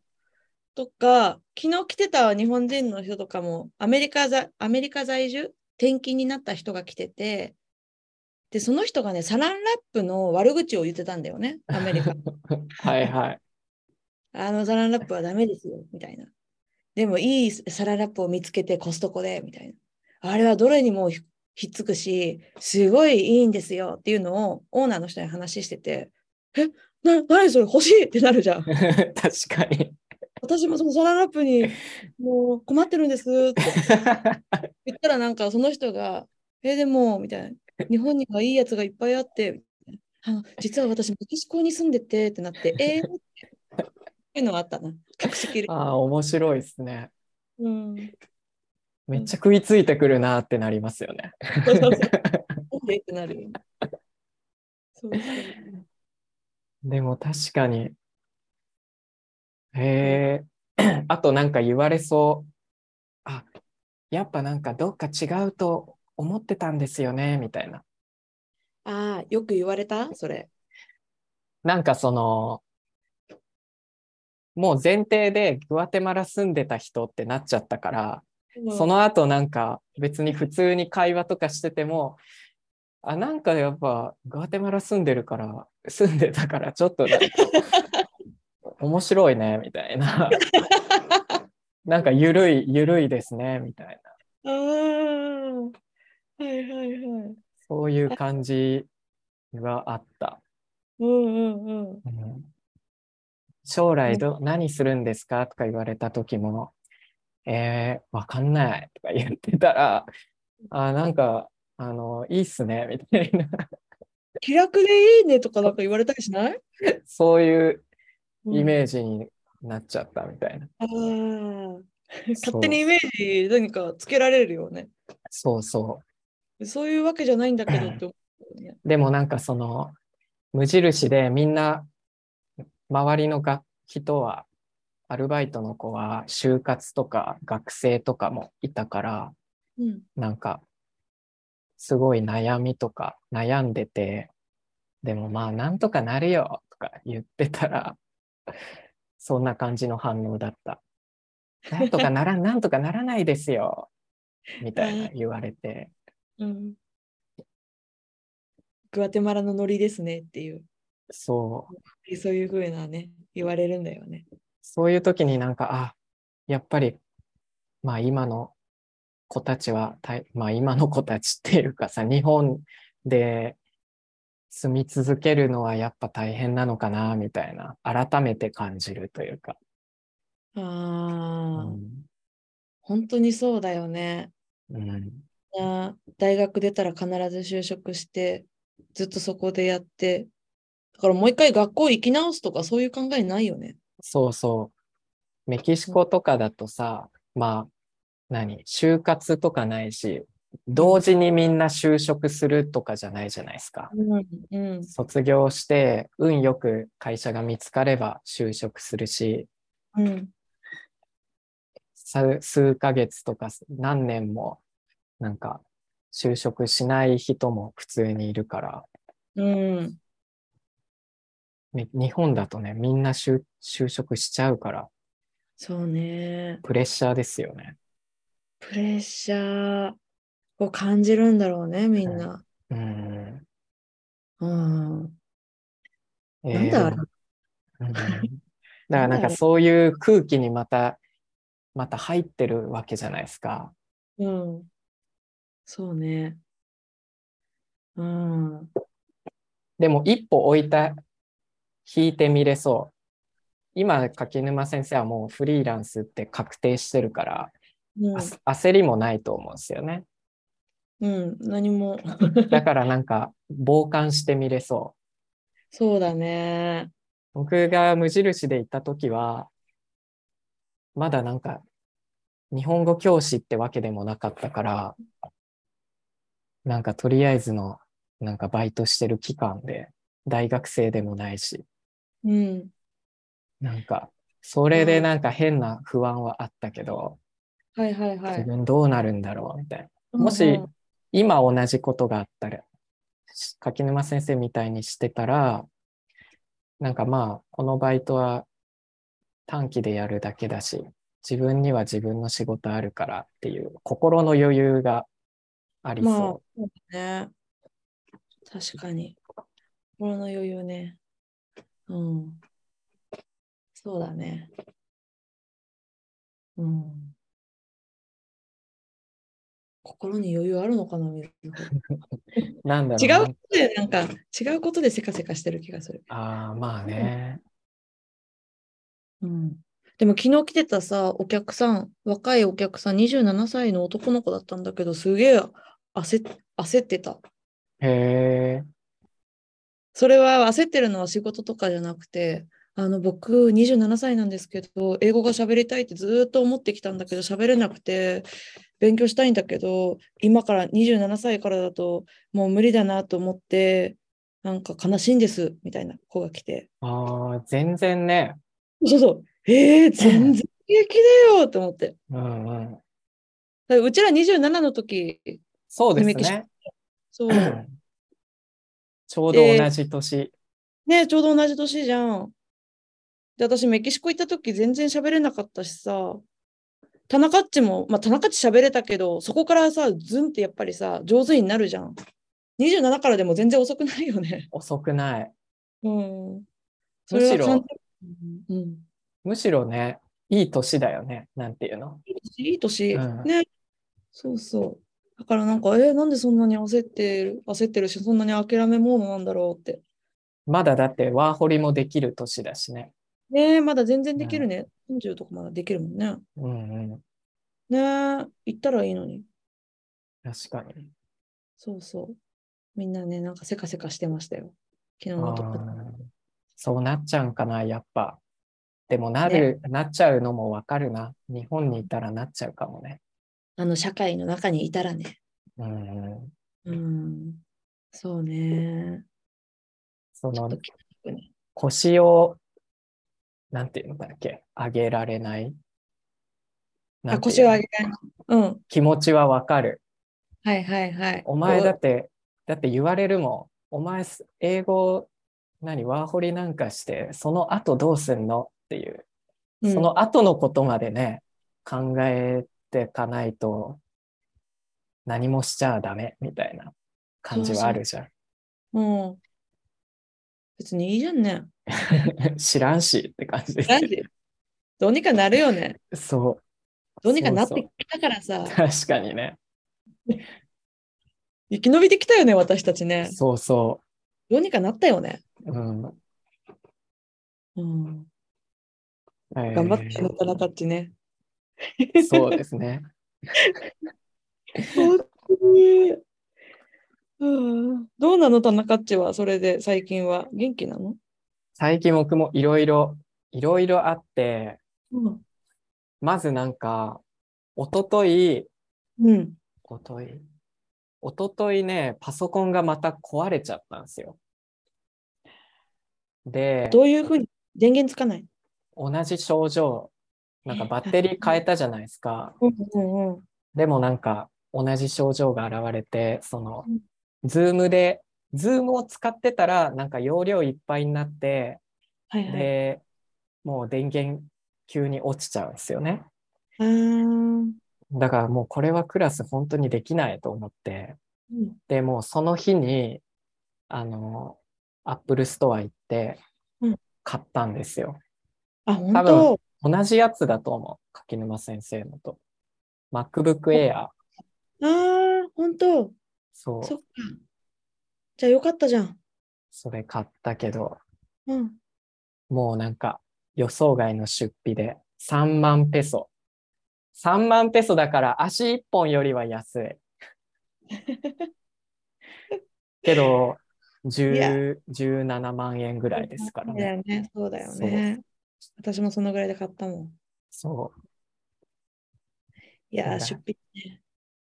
B: とか、昨日来てた日本人の人とかも、アメリカ在アメリカ在住、転勤になった人が来てて、で、その人がね、サランラップの悪口を言ってたんだよね、アメリカ。
A: はいはい。
B: あのサランラップはダメですよ、みたいな。でも、いいサランラップを見つけて、コストコで、みたいな。あれはどれにもひひっつくし、すごいいいんですよっていうのをオーナーの人に話してて、え、な、何それ欲しいってなるじゃん。
A: [LAUGHS] 確か
B: [LAUGHS]
A: に。
B: 私もそのサランラップにもう困ってるんですって言ったらなんかその人が「えでも」みたいな「日本にはいいやつがいっぱいあって」みたいなあの実は私メキシコに住んでて」ってなって「えー、っていうのはあったな隠しきる、
A: ああ、面白いですね。
B: うん、
A: めっちゃ食いついてくるなってなりますよね。
B: [LAUGHS] そうそうそうなんでってなるよそうそう
A: でも確かに。へえ。 [CLEARS THROAT] あとなんか言われそう。あ、やっぱなんかどっか違うと思ってたんですよね、みたいな。
B: ああよく言われたそれ
A: なんかその、もう前提でグアテマラ住んでた人ってなっちゃったから、その後なんか別に普通に会話とかしてても、あ、なんかやっぱグアテマラ住んでるから、住んでたからちょっとなんか面白いね、みたいな。なんかゆるい、ゆるいですね、みたいな。
B: ああはいはいはい
A: そういう感じがあった。
B: うんうんう
A: う
B: ん
A: ん将来ど何するんですかとか言われた時も、えー、わかんないとか言ってたら、あ、なんか、あの、いいっすね、みたいな。 [LAUGHS]
B: 気楽でいいねとかなんか言われたりしない
A: そういうイ
B: ージ
A: メージになっちゃったみたいな。
B: あー
A: そ
B: 勝
A: う
B: 手にイメージ何かつけられるよね。
A: そうそ
B: そういうわけじゃないんだけどって思うよね。
A: う。でもなんかその、無印でみんな、周りのが人は、アルバイトの子は就活とか学生とかもいたから、
B: うん、
A: なんか、すごい悩みとか悩んでて、でもまあなんとかなるよとか言ってたら、 [LAUGHS] そんな感じの反応だった。なんとかならん、なんとかならないですよみたいな言われて、
B: うん。グアテマラのノリですねっていう、
A: そう、
B: そういうふうなね、言われるんだよね。
A: そういう時になんか、あ、やっぱり、まあ今の子たちは大、まあ今の子たちっていうかさ、日本で住み続けるのはやっぱ大変なのかな、みたいな、改めて感じるというか。う
B: ああ、
A: ん
B: 本当にそうだよね。
A: うん、
B: みんな大学出たら必ず就職して、ずっとそこでやって、だからもう一回学校行き直すとかそういう考えないよね。
A: そうそう。メキシコとかだとさ、まあ、何、就活とかないし、同時にみんな就職するとかじゃないじゃないですか。
B: うんうん
A: 卒業して、運よく会社が見つかれば就職するし、
B: うん
A: 数数ヶ月とか何年も、なんか、就職しない人も普通にいるから、
B: うん
A: に日本だとね、みんな就就職しちゃうから、
B: そうね
A: プレッシャーですよね。
B: プレッシャーを感じるんだろうねみんな、
A: うん。
B: うん
A: え
B: なんだあれ
A: うんだからなんかそういう空気にまた、また入ってるわけじゃないですか。
B: うん。そうね。うん。う
A: でも一歩置いた、引いてみれそう。今、柿沼先生はもうフリーランスって確定してるから、
B: ん
A: あ。焦りもないと思うんですよね。
B: うん。何も。
A: だからなんか傍観してみれそう。
B: そうだね。
A: 僕が無印で行った時は、まだなんか、日本語教師ってわけでもなかったから、なんかとりあえずの、なんかバイトしてる期間で、大学生でもないし、
B: うん。
A: なんか、それでなんか変な不安はあったけど、
B: はいはいは
A: 自
B: い。
A: 分どうなるんだろうみたいな。も
B: うん
A: し、今同じことがあったら、し柿沼先生みたいにしてたら、なんかまあ、このバイトは短期でやるだけだし、自分には自分の仕事あるからっていう心の余裕があ
B: う
A: り
B: ん、まあ、そ
A: そう
B: だね。確かに。心の余裕ね。うん。そうだね。うん。心に余裕あるのかな、水野
A: う。なんだろう
B: 違
A: な
B: うことで、なんか、違うことでせかせかしてる気がする。
A: ああ、まあね。
B: うんでも昨日来てたさ、お客さん、若いお客さん、27歳の男の子だったんだけど、すげえ焦っ焦ってた。
A: へえ。
B: それは焦ってるのは仕事とかじゃなくて、あの僕27歳なんですけど、英語が喋りたいってずーっと思ってきたんだけど、喋れなくて、勉強したいんだけど、今から27歳からだともう無理だなと思って、なんか悲しいんですみたいな子が来て、
A: ああ、全然ね。
B: そうそう、えー、全然平気だよと思って。
A: うんうん。
B: だからうちら27の時、
A: そうです
B: メキシコ
A: ね。
B: そう、
A: ちょうど同じ年。
B: ね、ちょうど同じ年じゃん。で、私、メキシコ行った時全然喋れなかったしさ、田中っちも、まあ、田中っち喋れたけど、そこからさ、ズンってやっぱりさ、上手になるじゃん。27からでも全然遅くないよね。 [LAUGHS]
A: 遅くない。
B: うん。そ
A: む
B: れ
A: し
B: は
A: ろ
B: 感じるうん。
A: むしろね、いい年だよね。なんていうの。
B: いい年、いい年。
A: うん
B: ね。そうそう。だからなんか、えーなんでそんなに焦ってる、焦ってるし、そんなに諦めモードなんだろうって。
A: まだだってワーホリもできる年だしね。
B: ねえ、まだ全然できるね。40とかまだできるもんね。
A: うんうん。
B: ねえ、行ったらいいのに。
A: 確かに。
B: そうそう。みんなね、なんかせかせかしてましたよ。昨日
A: あ
B: のとこ。
A: ーそうなっちゃうんかな、やっぱ。でもなる、なっちゃうのもわかるな。日本にいたらなっちゃうかもね。
B: あの社会の中にいたらね。
A: うんうん。
B: うん。そうね。
A: そ
B: ちょっ
A: の
B: ときついね
A: 腰を、なんていうのだっけ、上げられない。な
B: あ、
A: んていう
B: 腰
A: の
B: を上げたい。うん。
A: 気持ちはわかる。
B: はいはいはい。
A: お前だ
B: こ
A: って、だって言われるもん。お前す、英語、何、ワーホリなんかして、その後どうすんのっていう。
B: う、うん
A: その後のことまでね、考えてかないと、何もしちゃダメみたいな感じはあるじゃん。
B: うん。別にいいじゃんね。
A: 知らんしって感じです
B: なん
A: よ。
B: でどうにかなるよね。
A: そう、
B: どうにかなっ
A: そう
B: て
A: そ
B: きたからさ、
A: 確かにね。
B: 生き延びてきたよね、私たちね。
A: そうそ
B: どうにかなったよね。
A: う。うん。
B: うん。
A: 頑
B: 頑張ってる田中っちね。
A: そうですね。
B: 本当にうんどうなの田中っちはそれで最近は元気なの、
A: 最近僕もいろいろ、いろいろあって、
B: うん、
A: まずなんか、おととい、
B: うん
A: おととい、一昨日ね、パソコンがまた壊れちゃったんですよ。で、
B: どういうふうに電源つかない
A: 同じ症状、なんかバッテリー変えたじゃないですか。
B: うんうんうん。
A: でもなんか同じ症状が現れて、その
B: うん、
A: ズームで、ズームを使ってたら、なんか容量いっぱいになって、
B: はいはい。
A: で、もう電源急に落ちちゃうんですよね。
B: あーうん
A: だからもうこれはクラス本当にできないと思って、でもうその日に、あの、アップルストア行って
B: うん、
A: 買ったんですよ。
B: あ、本
A: 多分
B: 当
A: 同じやつだと思う。柿沼先生のと。MacBook Air。
B: ああ、本当
A: そう。
B: そっ
A: そ
B: か。じゃあよかったじゃん。
A: れ買ったけど、
B: うん。
A: もうなんか予想外の出費で3万ペソ。3万ペソだから足1本よりは安い。
B: [LAUGHS]
A: けど、
B: いや
A: 10 17万円ぐらいですから
B: そうだ
A: ね。
B: よね。そうだよね。私もそのぐらいで買ったもん。
A: そう。
B: いや
A: なん
B: ー、
A: だ
B: 出費ね。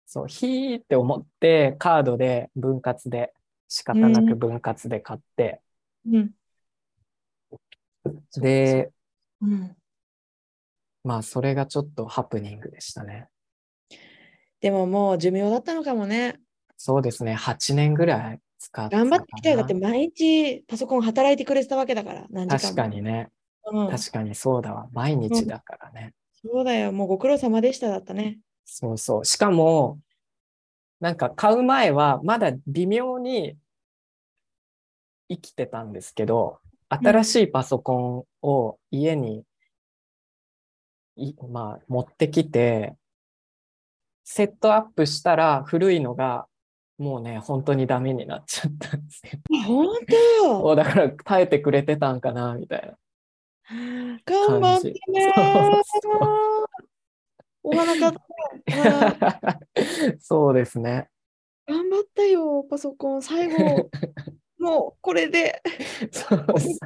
A: そう、ひーって思って、カードで分割で、仕方なく分割で買って、
B: うん。
A: で、
B: うん、
A: まあ、それがちょっとハプニングでしたね。
B: でももう寿命だったのかもね。
A: そうですね、8年ぐらい使ってたか
B: 頑
A: な。
B: 張ってきたよ。だって毎日パソコン働いてくれてたわけだから、何時
A: 確
B: 間も。
A: かにね、
B: うん
A: 確かにそうだわ。毎日だからね。
B: そうだよ。もうご苦労様でしただったね。
A: そうそう。しかも、なんか買う前は、まだ微妙に生きてたんですけど、新しいパソコンを家に、いまあ、持ってきて、セットアップしたら古いのが、もうね、本当にダメになっちゃったんですよ。
B: 本当
A: もうだから耐えてくれてたんかな、みたいな。
B: [LAUGHS] 頑張ってねー
A: そうそ
B: お花買った。うん
A: [LAUGHS] そうですね。
B: 頑張ったよ、パソコン。
A: [LAUGHS]
B: 最後、もうこれで、
A: そう
B: [LAUGHS] 私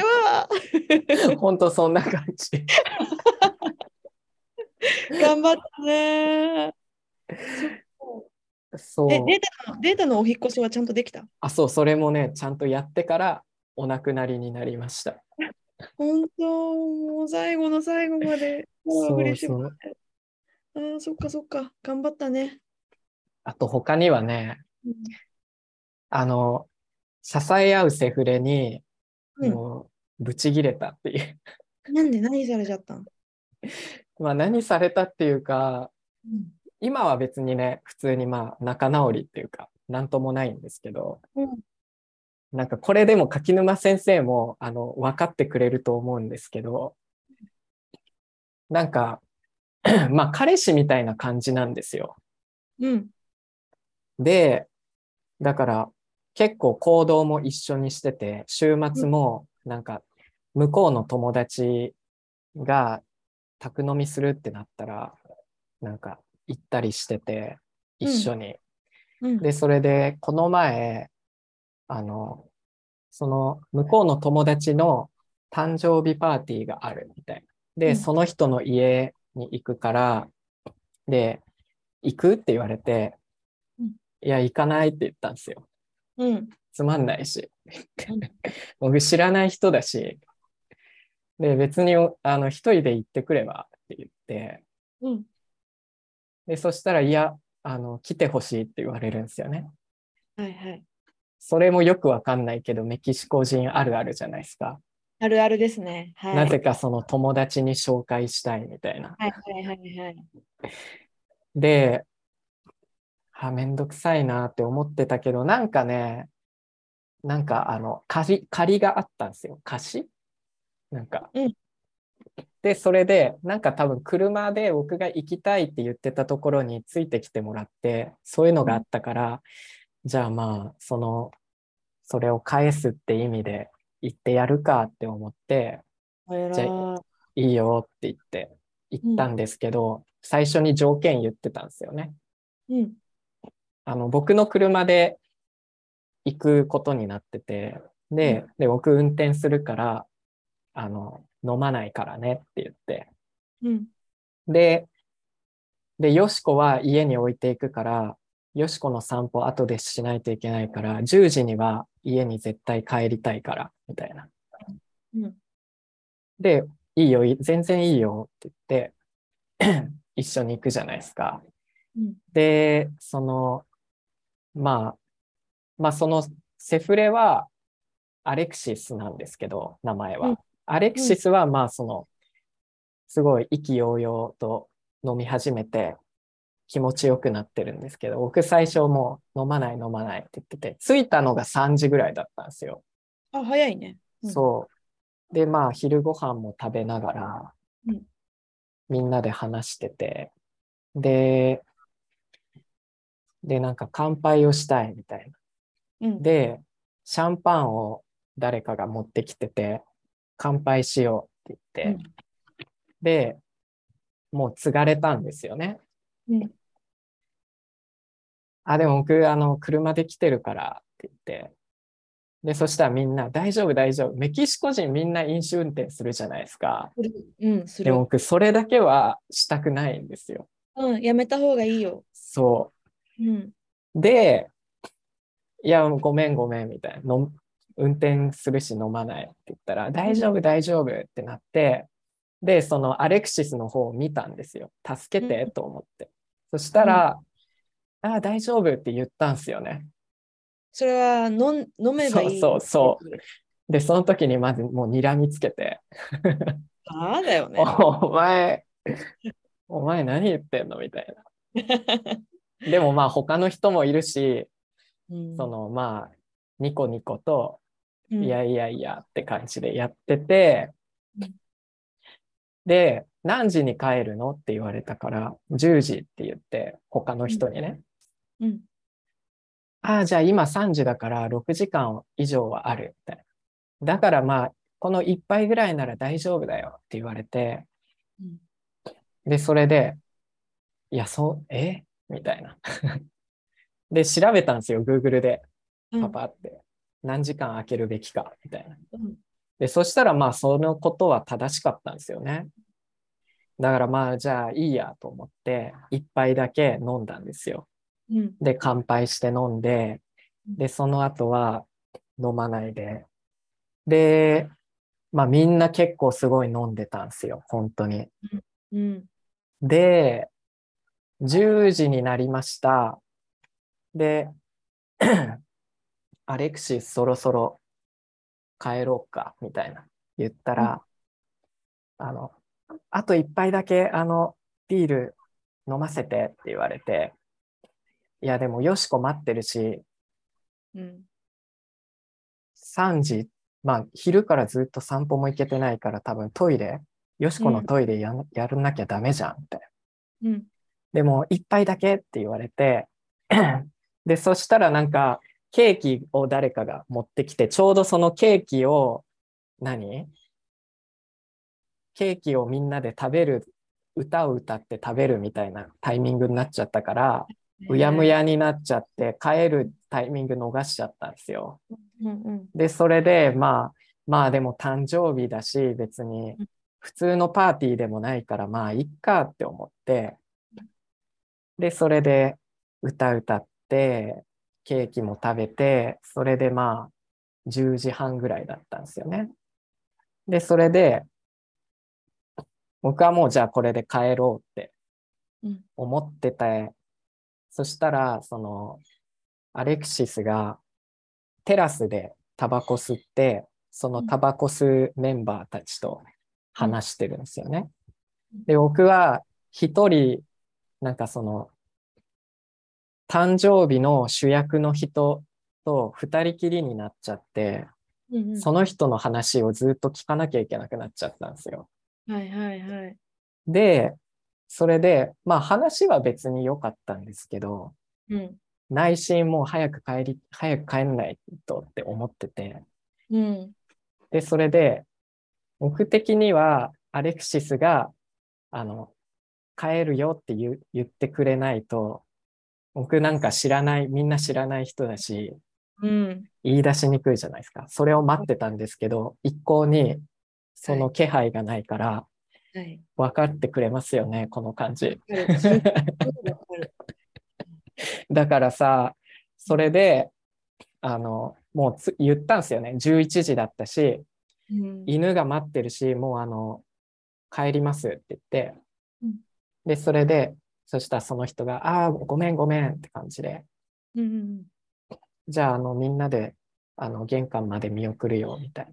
B: は
A: [LAUGHS] 本当そんな感じ。
B: 頑張ったねー。
A: そう。
B: え、データのデータのお引っ越しはちゃんとできた
A: あ、そう、それもね、ちゃんとやってからお亡くなりになりました。
B: 本当、もう最後の最後まで。もう
A: そう
B: 嬉しい
A: そう
B: あーそっかそっか、頑張ったね。
A: あと他にはね、
B: うん
A: あの、支え合うセフレに、
B: うん
A: もう、ぶち切れたっていう。 [LAUGHS]
B: なんで何されちゃったん、
A: まあ、何されたっていうか、今は別にね、普通にまあ、仲直りっていうか、なんともないんですけど、
B: うん
A: なんかこれでも柿沼先生も、あの、分かってくれると思うんですけど、なんか、 [CLEARS THROAT] まあ、彼氏みたいな感じなんですよ。
B: うん。
A: で、だから結構行動も一緒にしてて、週末もなんか向こうの友達が宅飲みするってなったら、なんか行ったりしてて、一緒に。
B: うん。
A: で、それでこの前、あの、その向こうの友達の誕生日パーティーがあるみたいな。で、
B: うん
A: その人の家に行くから、で、行くって言われて
B: うん、
A: いや、行かないって言ったんですよ。
B: うん。
A: つまんないし
B: うん。
A: [LAUGHS] 僕知らない人だし、で、別に、あの、一人で行ってくればって言って、
B: うん。
A: で、そしたら、いや、あの、来てほしいって言われるんですよね。
B: はいはい。
A: それもよくわかんないけど、メキシコ人あるあるじゃないですか。
B: あるあるですね。はい。
A: なぜかその友達に紹介したいみたいな。
B: はいはいはいはい。
A: で、あ、めんどくさいなって思ってたけど、なんかね、なんかあの、借り、借りがあったんですよ。貸しなんか。
B: うん
A: で、それで、なんか多分車で僕が行きたいって言ってたところについてきてもらって、そういうのがあったから、じゃあまあ、その、それを返すって意味で行ってやるかって思って、
B: あら
A: じゃ
B: ー
A: いいよって言って行ったんですけど、最初に条件言ってたんですよね。
B: うん。
A: あの、僕の車で行くことになってて、で、で、僕運転するから、あの、飲まないからねって言って、
B: うん。
A: で、で、よしこは家に置いていくから、よしこの散歩後でしないといけないから、10時には家に絶対帰りたいから、みたいな。
B: うん
A: で、いいよ、い全然いいよって言って、 [CLEARS THROAT] 一緒に行くじゃないですか。
B: うん
A: で、その、まあ、まあ、そのセフレはアレクシスなんですけど、名前は。
B: うん
A: アレクシスは、まあ、その、すごい意気揚々と飲み始めて、気持ちよくなってるんですけど、僕最初もう飲まない飲まないって言ってて、着いたのが3時ぐらいだったんですよ。
B: あ、早いね。うん
A: そう。で、まあ、昼ご飯も食べながら、
B: うん
A: みんなで話してて、で、で、なんか乾杯をしたいみたい
B: うん
A: な。で、シャンパンを誰かが持ってきてて、乾杯しようって言って、で、もう継がれたんですよね。
B: うん
A: あ、でも僕、あの、車で来てるからって言って、で、そしたらみんな、大丈夫、大丈夫。メキシコ人みんな飲酒運転するじゃないですか。
B: するうん、す
A: で
B: る
A: も。僕、それだけはしたくないんですよ。
B: うん、やめた方がいいよ。
A: そ
B: うん。
A: う。で、いや、ごめん、ごめん、みたいな。飲む運転するし飲まないって言ったら、大丈夫、大丈夫ってなって、で、そのアレクシスの方を見たんですよ。助けてと思って。そしたら、ああ、大丈夫って言ったんですよね。
B: それは飲ん飲めばいい。
A: そうそう
B: そう。
A: で、その時にまずもう睨みつけて、
B: ああだよ [LAUGHS] ね。
A: お前、お前何言ってんのみたいな。でもまあ他の人もいるし、
B: うん
A: そのまあ、ニコニコと、
B: うん
A: いやいやいやって感じでやってて
B: うん、
A: で、何時に帰るのって言われたから、10時って言って、他の人にね、
B: うん
A: ああ、じゃあ今3時だから6時間以上はあるみたいな。だからまあ、この1杯ぐらいなら大丈夫だよって言われて、
B: うん
A: で、それで、いや、そう、えみたいな。 [LAUGHS] で、調べたんですよ、Google で、
B: うん
A: パパって。何時間空けるべきか、みたいな。
B: うん
A: で、そしたら、まあ、そのことは正しかったんですよね。だから、まあ、じゃあ、いいやと思って、一杯だけ飲んだんですよ。
B: うん
A: で、乾杯して飲んで、で、その後は飲まないで。で、まあ、みんな結構すごい飲んでたんですよ、本当に。
B: うん
A: で、10時になりました。で、 [CLEARS THROAT] アレクシスそろそろ帰ろうか、みたいな言ったら、あの、あと一杯だけ、あの、ビール飲ませてって言われて、いや、でも、よしこ待ってるし、
B: うん
A: 3時、まあ、昼からずっと散歩も行けてないから、多分トイレ、よしこのトイレや,、ん、やらなきゃダメじゃん、みたいな。
B: うん
A: でも、一杯だけって言われて、 [CLEARS THROAT] で、そしたらなんか、ケーキを誰かが持ってきて、ちょうどそのケーキを、何ケーキをみんなで食べる、歌を歌って食べるみたいなタイミングになっちゃったから、うやむ。やになっちゃって、帰るタイミング逃しちゃったんですよ。
B: うんうん
A: で、それで、まあ、まあでも誕生日だし、別に
B: うん
A: 普通のパーティーでもないから、まあいっかって思って、で、それで歌歌って、ケーキも食べて、それでまあ10時半ぐらいだったんですよね。で、それで、僕はもうじゃあこれで帰ろうって
B: うん
A: 思ってて、そしたら、その、アレクシスがテラスでタバコ吸って、そのタバコ吸うメンバーたちと話してるんですよね。で、僕は一人、なんかその、誕生日の主役の人と二人きりになっちゃって、
B: うんうん
A: その人の話をずっと聞かなきゃいけなくなっちゃったんですよ。
B: はいはいはい。
A: で、それで、まあ話は別に良かったんですけど、
B: うん
A: 内心もう早く帰り、早く帰んないとって思ってて、
B: うん
A: で、それで、僕的にはアレクシスが、あの、帰るよって言う言ってくれないと、僕なんか知らない、みんな知らない人だし、
B: うん
A: 言い出しにくいじゃないですか。それを待ってたんですけど、一向にその気配がないから、
B: はい。
A: 分かってくれますよね、この感じ。
B: わかるすっごいわかる
A: だからさ、それで、あの、もうつ言ったんですよね。11時だったし、
B: うん
A: 犬が待ってるし、もうあの、帰りますって言って
B: うん、
A: で、それで、そしたらその人が、ああ、ごめんごめんって感じで、
B: うん
A: じゃあ、あの、みんなで、あの、玄関まで見送るよ、みたいな。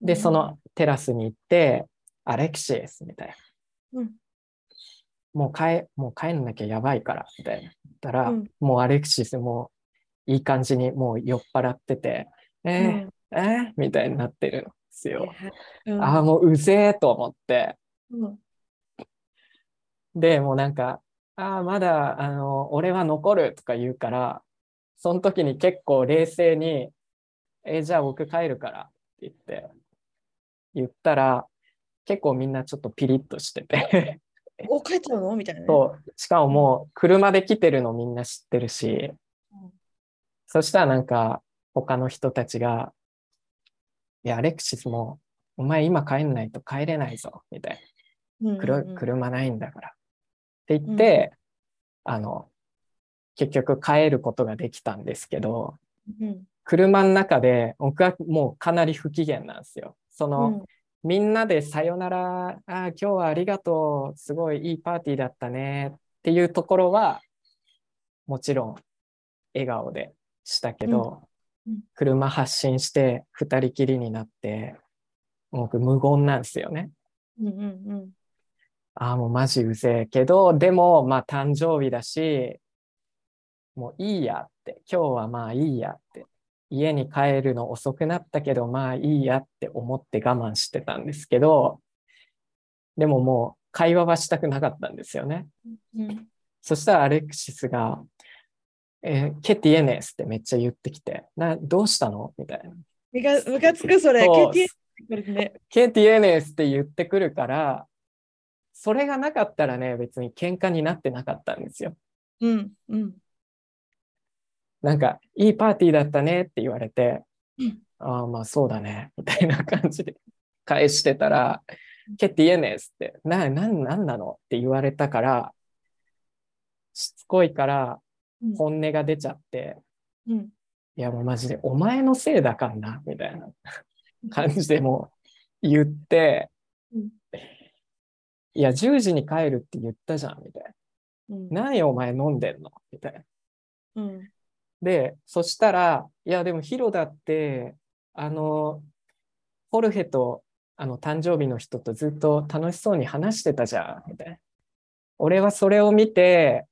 A: で、
B: うん
A: そのテラスに行って、アレクシエス、みたいな。
B: うん
A: もう帰、もう帰んなきゃやばいから、みたいな。たら、
B: うん
A: もうアレクシエス、もう、いい感じに、もう酔っ払ってて、
B: う
A: え
B: ん
A: ー、えーみたいになってるんですよ。
B: うん
A: ああ、もううぜえと思って。
B: うん
A: で、もうなんか、ああ、まだ、あの、俺は残るとか言うから、その時に結構冷静に、え、じゃあ僕帰るからって言って、言ったら、結構みんなちょっとピリッとしてて、
B: お帰っちゃうのみたいなね。
A: そう、しかももう車で来てるのみんな知ってるし
B: うん、
A: そしたらなんか、他の人たちが、いや、アレクシスも、お前今帰んないと帰れないぞ、みたいな。
B: うんうん
A: 黒い車ないんだから。って言って、あの、結局帰ることができたんですけど、
B: うん
A: 車の中で僕はもうかなり不機嫌なんですよ。その、みんなでさよなら、あー今日はありがとう、すごいいいパーティーだったねっていうところは、もちろん笑顔でしたけど、
B: うんうん
A: 車発進して二人きりになって、僕無言なんですよね。
B: うんうんうん
A: ああ、もうマジうぜえけど、でも、まあ誕生日だし、もういいやって、今日はまあいいやって、家に帰るの遅くなったけど、まあいいやって思って我慢してたんですけど、でももう会話はしたくなかったんですよね。
B: う
A: [LAUGHS]
B: んうん
A: そしたらアレクシスが、えーケティエネスってめっちゃ言ってきて、な、どうしたのみたいな。
B: むかむかつくそれ。
A: そう
B: KTX これね。
A: ケティエネスって言ってくるから、それがなかったらね、別に喧嘩になってなかったんですよ。
B: うんうん
A: なんか、いいパーティーだったねって言われて、
B: うん
A: ああ、まあそうだね、みたいな感じで返してたら、ケティエネスって、な、なん、なんなのって言われたから、しつこいから
B: うん
A: 本音が出ちゃって、
B: うん。
A: いやもうマジでお前のせいだからな、みたいな感じでもう言って
B: うん、
A: いや、10時に帰るって言ったじゃん、みたい
B: うん
A: な。何お前飲んでんのみたいな。
B: うん
A: で、そしたら、いや、でもヒロだって、あの、ホルヘと、あの、誕生日の人とずっと楽しそうに話してたじゃん、みたいな。俺はそれを見て、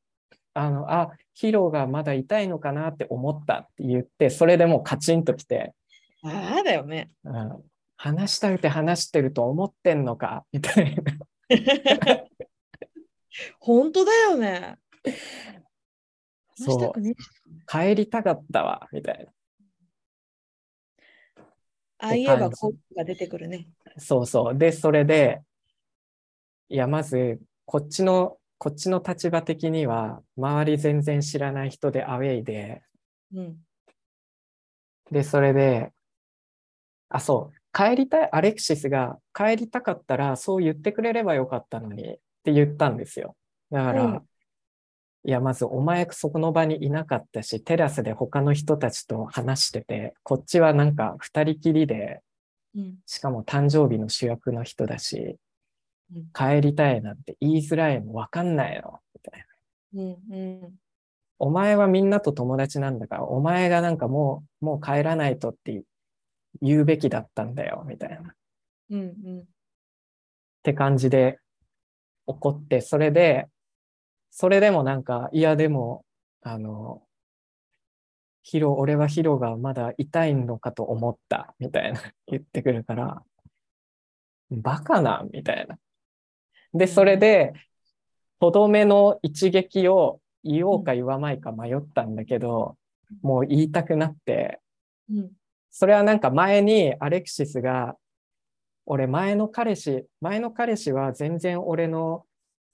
A: あの、あ、ヒロがまだ痛いのかなって思ったって言って、それでもうカチンときて、
B: ああだよね。 [LAUGHS]
A: うん、話したくて話してると思ってんのか、 [LAUGHS] みたいな。
B: 本当だよね。話した
A: そ
B: くね。
A: う、帰りたかったわ、みたいな。
B: ああ言えば
A: って感じ
B: 効果が出てくるね。
A: そうそう。で、それで、いや、まず、こっちの、こっちの立場的には、周り全然知らない人でアウェイで、
B: うん
A: で、それで、あ、そう、帰りたい、アレクシスが、帰りたかったら、そう言ってくれればよかったのに、って言ったんですよ。だから、
B: うん
A: いや、まず、お前、そこの場にいなかったし、テラスで他の人たちと話してて、こっちはなんか、二人きりで、
B: うん
A: しかも誕生日の主役の人だし
B: うん、
A: 帰りたいなんて言いづらいの分かんないの。みたいな
B: うんうん
A: お前はみんなと友達なんだから、お前がなんかもう、もう帰らないとって言うべきだったんだよ、みたいな。っ
B: うんうん
A: て感じで怒って、それで、それでもなんか、いやでも、あの、ヒロ、俺はヒロがまだ痛いのかと思った、みたいな言ってくるから、バカな、みたいな。で、それで、とどめの一撃を言おうか言わないか迷ったんだけど、もう言いたくなって、
B: うん
A: それはなんか前にアレクシスが、俺前の彼氏、前の彼氏は全然俺の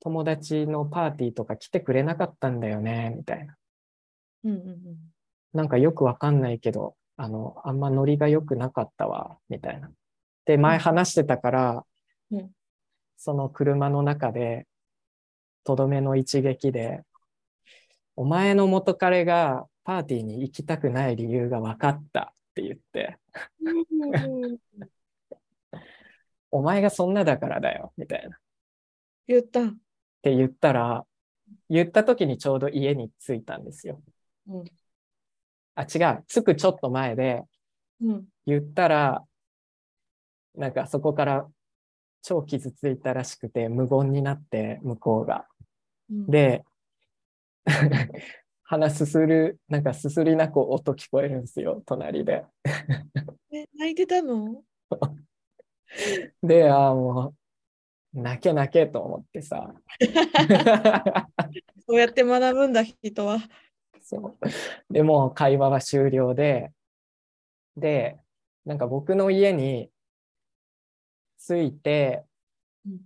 A: 友達のパーティーとか来てくれなかったんだよね、みたいな。
B: うんうん
A: なんかよくわかんないけど、あの、あんまノリが良くなかったわ、みたいな。で、前話してたから、
B: うん
A: その車の中で、とどめの一撃で、お前の元彼がパーティーに行きたくない理由が分かったって言って、お前がそんなだからだよ、みたいな。っ
B: 言った。うん
A: て言ったら、言った時にちょうど家に着いたんですよ。
B: うん
A: あ、違う。着くちょっと前で、
B: うん
A: 言ったら、なんかそこから超傷ついたらしくて、無言になって、向こうが。
B: うん、
A: で、 [LAUGHS] 鼻すする、なんかすすり泣く音聞こえるんですよ、隣で。
B: え泣いてたの
A: で、ああ、もう、泣け泣けと思って
B: [LAUGHS]
A: さ。
B: そうやって学ぶんだ人は。
A: そうでもう会話は終了で、で、なんか僕の家に着いて
B: うん、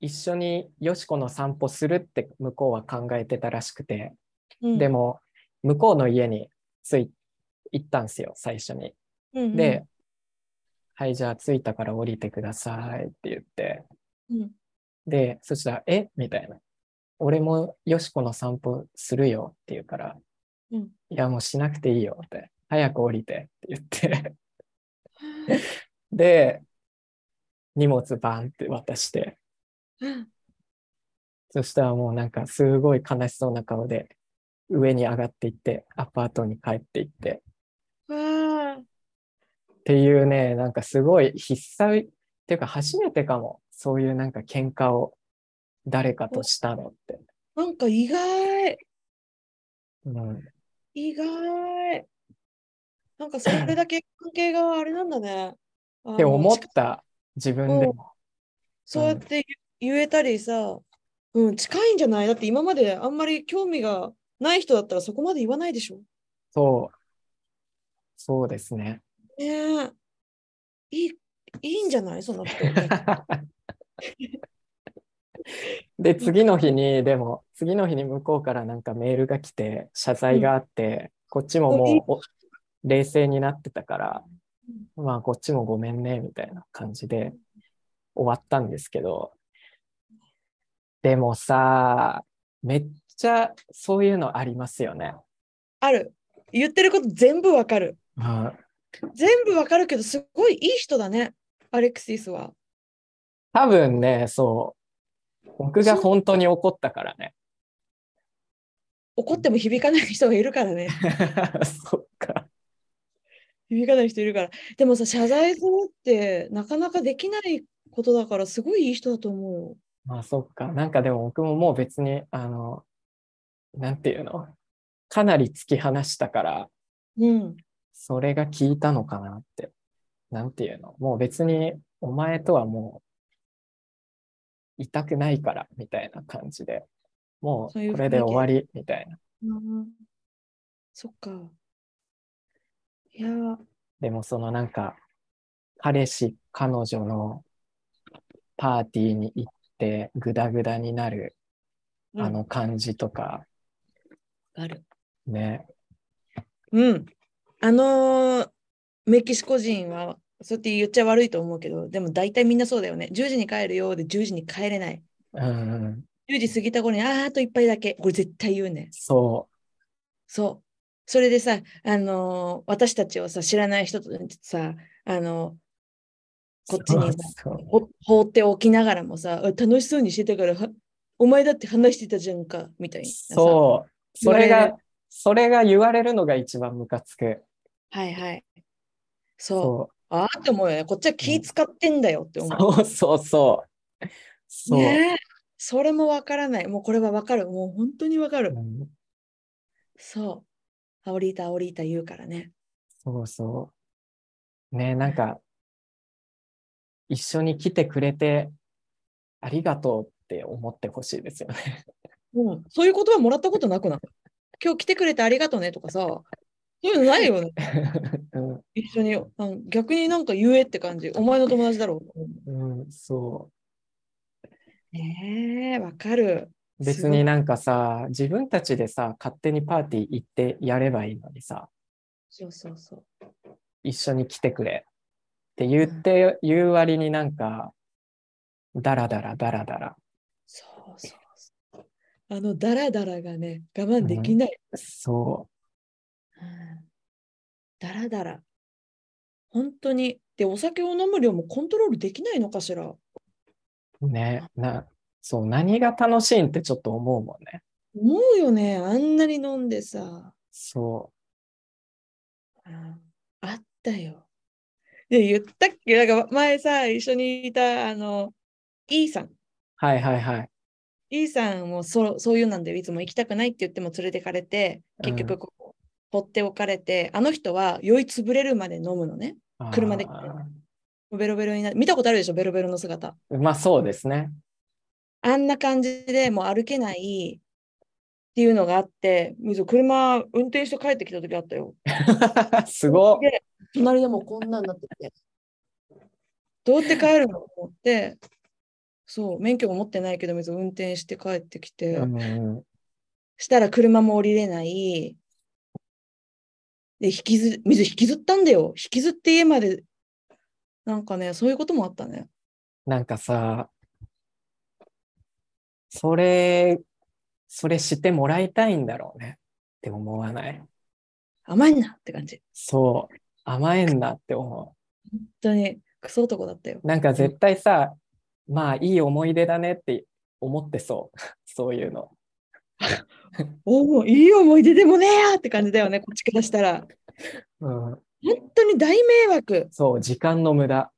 A: 一緒によしこの散歩するって向こうは考えてたらしくて、
B: うん
A: で、も向こうの家に着い行ったんですよ、最初に。
B: うんうん
A: で、、はい、じゃあ着いたから降りてくださいって言って、
B: うん
A: で、そしたら、えみたいな。俺もよしこの散歩するよって言うから、
B: うん
A: いや、もうしなくていいよって、早く降りてって言って、 [LAUGHS] で、荷物バンって渡して、そしたらもうなんかすごい悲しそうな顔で、上に上がっていって、アパートに帰っていって、
B: わあ、
A: っていうね、なんかすごい必殺、っていうか初めてかも、そういうなんか喧嘩を誰かとしたのって。
B: なんか意外、
A: うん、
B: 意外。なんかそれだけ関係があれなんだね。っ
A: [LAUGHS] って思った自分でも。
B: そうやって言えたりさ、うん、近いんじゃないだって今まであんまり興味がない人だったらそこまで言わないでしょ。
A: そう。そうです [LAUGHS] ね。
B: ねえ。いい、いいんじゃないその人。
A: で、次の日に、でも、次の日に向こうからなんかメールが来て、謝罪があって、こっちももうお冷静になってたから、まあ、こっちもごめんね、みたいな感じで終わったんですけど、でもさ、めっちゃそういうのありますよね。
B: ある。言ってること全部わかる。全部わかるけど、すごいいい人だね。アレクシスは。
A: 多分ね、そう、僕が本当に怒ったからね。
B: 怒っても響かない人がいるからね。
A: [LAUGHS] そっか。
B: 響かない人いるから。でもさ、謝罪するってなかなかできないことだから、すごいいい人だと思うよ。
A: まあそっか。なんかでも僕ももう別に、あの、なんていうの、かなり突き放したから、
B: うん。
A: それが効いたのかなって。なんていうの、もう別にお前とはもう、痛くないから、みたいな感じで。も
B: そういう
A: うこれで終わり、みたいな。
B: うんそっか。いやー、
A: でもそのなんか、彼氏、彼女のパーティーに行って、グダグダになる、あの感じとか、
B: ある。
A: ね。
B: うん。あのーメキシコ人は、そうやって言っちゃ悪いと思うけど、でも大体みんなそうだよね。10時に帰るようで10時に帰れない。
A: うんうん、
B: 10時過ぎた頃に、あーあと一杯だけ。これ絶対言うね。
A: そ
B: そう。それでさ、あのー私たちをさ、知らない人とさ、あの
A: う。
B: こっちに
A: そうそう
B: ほ放っておきながらもさ、あ楽しそうにしてたから、はお前だって話してたじゃんか、みたいなさ。
A: そうそれ
B: 言われ
A: が
B: る、
A: それが言われるのが一番ムカつく。
B: はいはい。
A: そ
B: そう。ああって思うよね。こっちは気使ってんだよって
A: う。
B: 思う。
A: そうそうそう。そう。
B: ねえそれもわからない。もうこれはわかる。もう本当にわかる
A: う。ん
B: そう。アオリータ、アオリータ言うからね。
A: そうそう。ねなんか、一緒に来てくれて、ありがとうって思ってほしいですよね。
B: [LAUGHS] うん。そういう言葉もらったことなくない今日来てくれてありがとねとかさ、そういうのないよね。
A: うん
B: 一緒に。うん逆になんか言えって感じ。お前の友達だろ。
A: うん、そう
B: ねえ、わかる。
A: う。
B: す
A: 別
B: ごい
A: になんかさ、自分たちでさ、勝手にパーティー行ってやればいいのにさ、
B: そうそうそう。
A: 一緒に来てくれって言って、言う割になんか、だらだらだらだら。
B: そうそうそう。あのダラダラがね、我慢できない。
A: そ
B: うんダラダラ。本当に。で、お酒を飲む量もコントロールできないのかしら。
A: う。ね。な、そう、何が楽しいんってちょっと思うもんね。
B: 思うよね。あんなに飲んでさ。
A: そ
B: うんあったよ。で、言ったっけなんか前さ、一緒にいた、あの、E さん。
A: う。はいはいはい。
B: E さんもそうそういうなんだよ。いつも行きたくないって言っても連れてかれて、結
A: う
B: 局こう、放っておかれて、あの人は酔い潰れるまで飲むのね。
A: あー
B: 車で来てベロベロになる。見たことあるでしょベロベロの姿。
A: まあそうですね。 [LAUGHS]
B: あんな感じでもう歩けないっていうのがあって、むしろ車運転して帰ってきた時あったよ。
A: すごっ。
B: 隣でもこんなんなってて。どうやって帰るのと思って、そう、免許も持ってないけど、別に運転して帰ってきて、
A: うんうん
B: したら車も降りれない。で、引きず、水引きずったんだよ。引きずって家まで、なんかね、そういうこともあったね。
A: なんかさ、それ、それしてもらいたいんだろうねって思わない。
B: 甘いなって感じ。
A: そう、甘えんなって思
B: 本当に、クソ男だったよ。
A: う。なんか絶対さ、まあいい思い出だねって思ってそう。 [LAUGHS] そういうの。
B: おお、いい思い出でもねえやって感じだよね、こっちからしたら。
A: うん、
B: 本当に大迷惑。
A: そう、時間の無駄。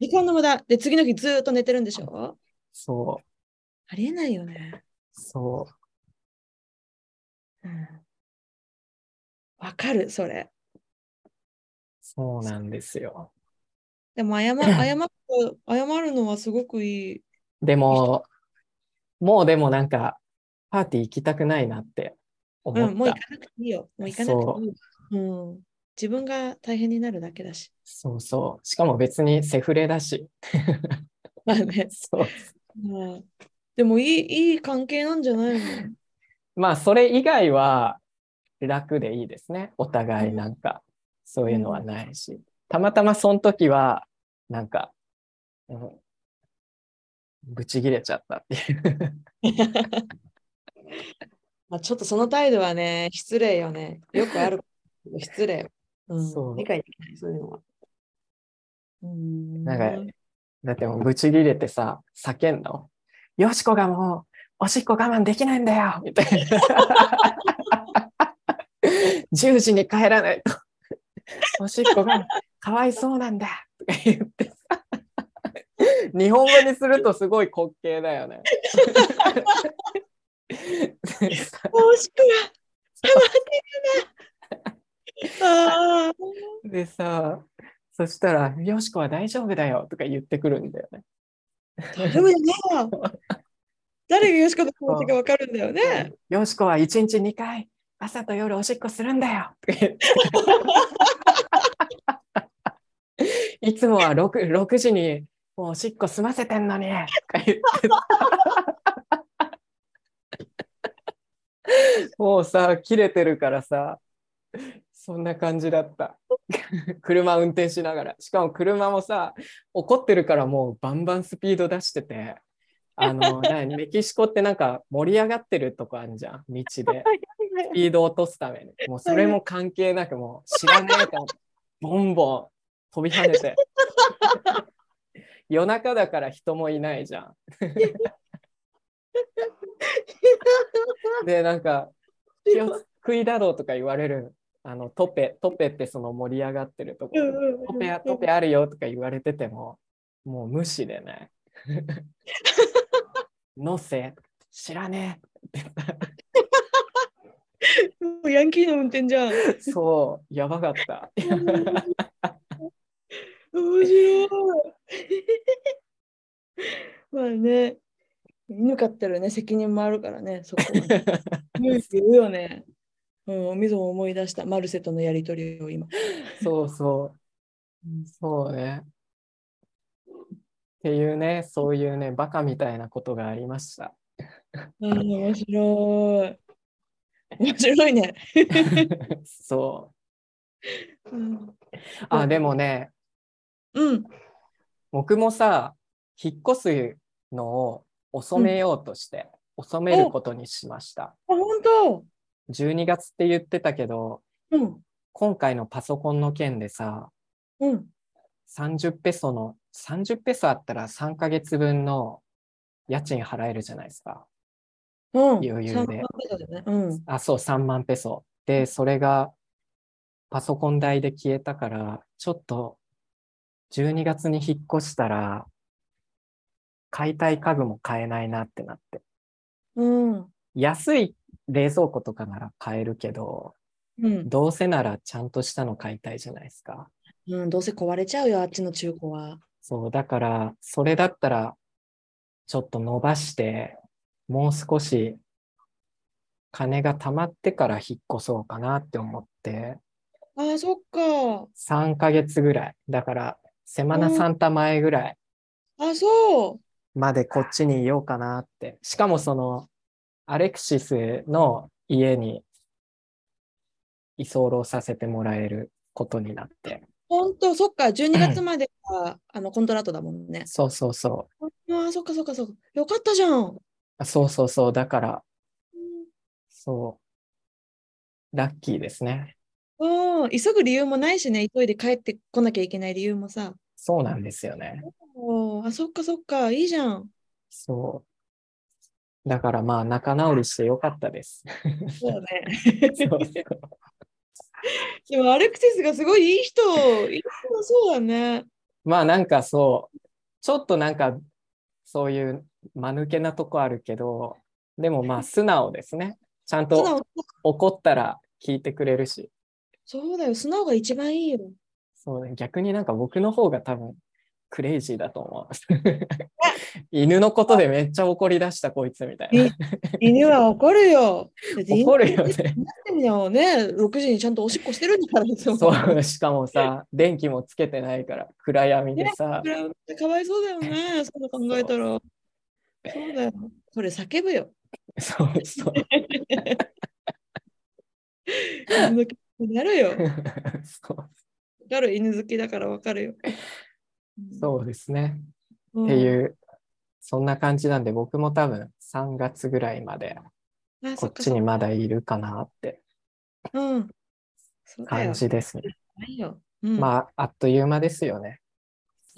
B: 時間の無駄。で、次の日ずーっと寝てるんでしょ
A: そう、
B: ありえないよね。
A: そ
B: うんわかる、それ。
A: う、そうなんですよ。
B: でも謝謝る、謝るのはすごくいい。
A: でも、もうでもなんか、パーティー行きたくないなって思
B: う
A: った。
B: ん、もう行かなくていいよ。もう行かなくていいよ。うん、自分が大変になるだけだし。 [LAUGHS]
A: そうそう。しかも別にセフレだし。
B: まあね。
A: そう。
B: うんでもいい、いい関係なんじ
A: [LAUGHS]
B: ゃないの
A: まあ、それ以外は楽でいいですね。お互いなんか、そういうのはないし。たまたまその時は、なんか、うん、ぶち切れちゃったっていう。
B: まあちょっとその態度はね、失礼よね。よくある。失礼。うん
A: そう
B: 理解できない、そういうのは。うん
A: なんか、だってもうぶち切れてさ、叫んだもん。よしこがもう、おしっこ我慢できないんだよみたいな。10時に帰らないと。おしっこがかわいそうなんだとか言ってさ。日本語にするとすごい滑稽だよね。
B: もしくは、たまってるな。ああ。
A: でさ、そしたら、よしこは大丈夫だよとか言ってくるんだよね。
B: 大丈夫だよ。誰がよしこと気持ちがわかるんだよね。
A: よしこは一日2回朝と夜おしっこするんだよ [LAUGHS] とか言っていつもは 6, 6時にもうおしっこ済ませてんのにとか言ってさもうさ切れてるからさそんな感じだった [LAUGHS] 車運転しながらしかも車もさ怒ってるからもうバンバンスピード出してて。あのなメキシコってなんか盛り上がってるとこあるじゃん道でスピード落とすためにもうそれも関係なくもう知らないからボンボン飛び跳ねて夜中だから人もいないじゃんでなんか気を食いだろうとか言われるあのトペトペってその盛り上がってるとこトペあトペあるよとか言われてても、もう無視でね。のせ、知らね
B: もうヤンキーの運転じゃん。
A: え。そう、やばかった。
B: 面白い。まあね、犬飼ってるね、責任もあるからね、そこはね。
A: [LAUGHS]
B: 勇気いるよね。うん、おみぞを思い出した、マルセとのやりとりを今。
A: そうそう、そうね。っていうね、そういうね、バカみたいなことがありました。 [LAUGHS]
B: うん、面白い。面白いね。
A: そ
B: うん。
A: う。あ、でもね、
B: うん、
A: 僕もさ、引っ越すのを収めようとして、収めることにしました。
B: 本当
A: 12月って言ってたけど、
B: うん。
A: 今回のパソコンの件でさ、
B: うん。
A: 30ペソの、30ペソあったら3ヶ月分の家賃払えるじゃないですか。
B: うん。
A: 余裕で
B: 3万ペソでね。うん。
A: あ、そう、3万ペソ。で、それがパソコン代で消えたから、ちょっと12月に引っ越したら、買いたい家具も買えないなってなって。
B: うん。
A: 安い冷蔵庫とかなら買えるけど、
B: うん。
A: どうせならちゃんとしたの買いたいじゃないですか。
B: うん、どうせ壊れちゃうよ、あっちの中古は。
A: そう、だから、それだったら、ちょっと伸ばして、もう少し、金が貯まってから引っ越そうかなって思って、
B: ああ、そっか。
A: 3ヶ月ぐらい、だから、セマナ
B: うん
A: サンタ前ぐらい
B: あ、そ
A: までこっちにいようかなって。しかも、その、アレクシスの家に居候させてもらえることになって。
B: う。本当そっか。12月まで [CLEARS THROAT] は、あの、コントラートだもんね。
A: そうそうそ
B: ああ、そっかそっかそっか。よかったじゃん。
A: う。そうそうそう。だから、そう。ラッキーですね。
B: うん、急ぐ理由もないしね、急いで帰ってこなきゃいけない理由もさ。
A: そうなんですよね。
B: おーあ、そっかそっか、いいじゃん。
A: そう。だからまあ仲直りしてよかったです。
B: そうだね。
A: そう
B: でもアレクシスがすごいいい人、いい人そうだね。
A: まあなんかそう、ちょっとなんかそういう間抜けなとこあるけど、でもまあ素直ですね。ちゃん
B: 素直
A: と怒ったら聞いてくれるし、
B: そうだよ、素直が一番いいよ。
A: そうね、逆になんか僕の方が多分クレイジーだと思う。 [LAUGHS] 犬のことでめっちゃ怒り出したこいつみたい [LAUGHS] な。
B: 犬は怒るよ。だって犬
A: 怒るよね。
B: だってみんなもね、6時にちゃんとおしっこしてるんだからですよ。
A: そう、しかもさ、電気もつけてないから、暗闇でさ、
B: かわいそうだよね、そんな考えたら。そうだよ。それ叫ぶよ。
A: そうそう。
B: そんな気持ちになるよ。わ
A: そう
B: かる、犬好きだからわかるよ。
A: そうですね。
B: うん
A: っていう、そんな感じなんで、僕も多分3月ぐらいまで、
B: あ
A: こ
B: そ
A: っ
B: か
A: ち
B: そ
A: にまだいるかなって
B: かうん。そうだ
A: 感
B: よ。
A: じですね。
B: ないよ。うん、あ。
A: まあ、あっという間ですよね。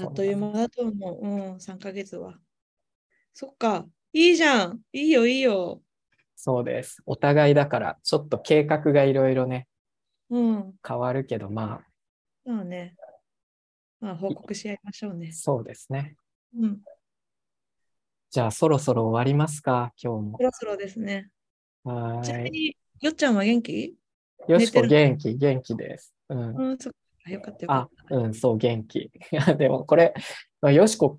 B: っという間だと思う。うん、3ヶ月は。そっか。いいじゃん。いいよ、いいよ。
A: そうです。お互いだから、ちょっと計画がいろいろね、
B: うん。
A: 変わるけど、ま
B: そうね。まあ、報告し合いましょうね
A: あ、。そうですね。
B: うん。
A: じゃあ、そろそろ終わりますか、今日
B: そろそろですね。
A: も。は
B: ちなみ
A: ーい。
B: に、よっちゃんは元気
A: よしこ、
B: 寝てる
A: 元気、元気です。うん。
B: うん、そっか。よかったよか
A: あ
B: っ、
A: うん、そう、元気。 [LAUGHS] いや、でもこれ、まあよしこ、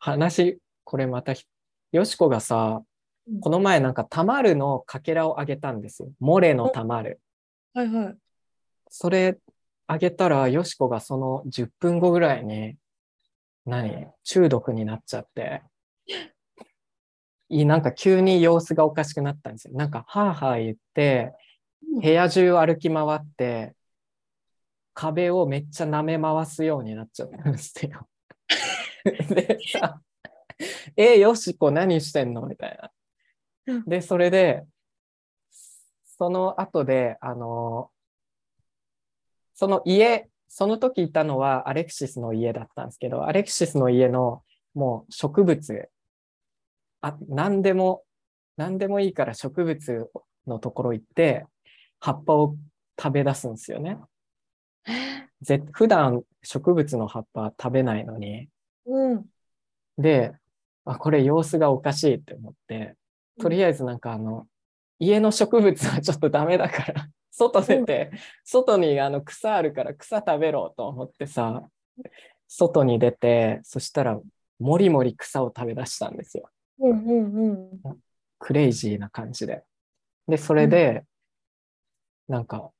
A: 話、これまたひ、よしこがさ
B: うん、
A: この前なんか、たまるのかけらをあげたんですよ。モレのたまる。
B: た。はいはい。
A: それ、あげたら、よしこがその10分後ぐらいに、何中毒になっちゃって。いなんか急に様子がおかしくなったんですよ。なんか、はあはあ言って、
B: うん
A: 部屋中を歩き回って、壁をめっちゃ舐め回すようになっちゃったんですよ。 [LAUGHS] でさ、え、よしこ何してんのみたいな
B: うん。
A: で、それで、その後で、あの、その家、その時いたのはアレクシスの家だったんですけど、アレクシスの家のもう植物、あ、何でも、何でもいいから植物のところ行って、葉っぱを食べ出すんですよね。ぜ普段植物の葉っぱ食べないのに。
B: うん。
A: で、あ、これ様子がおかしいって思って、とりあえずなんかあの、家の植物はちょっとダメだから、 [LAUGHS] 外出て、外にあの草あるから草食べろと思ってさ、外に出て、そしたら、もりもり草を食べ出したんですよ。
B: うんうんうん。
A: クレイジーな感じで。で、それで、なんか、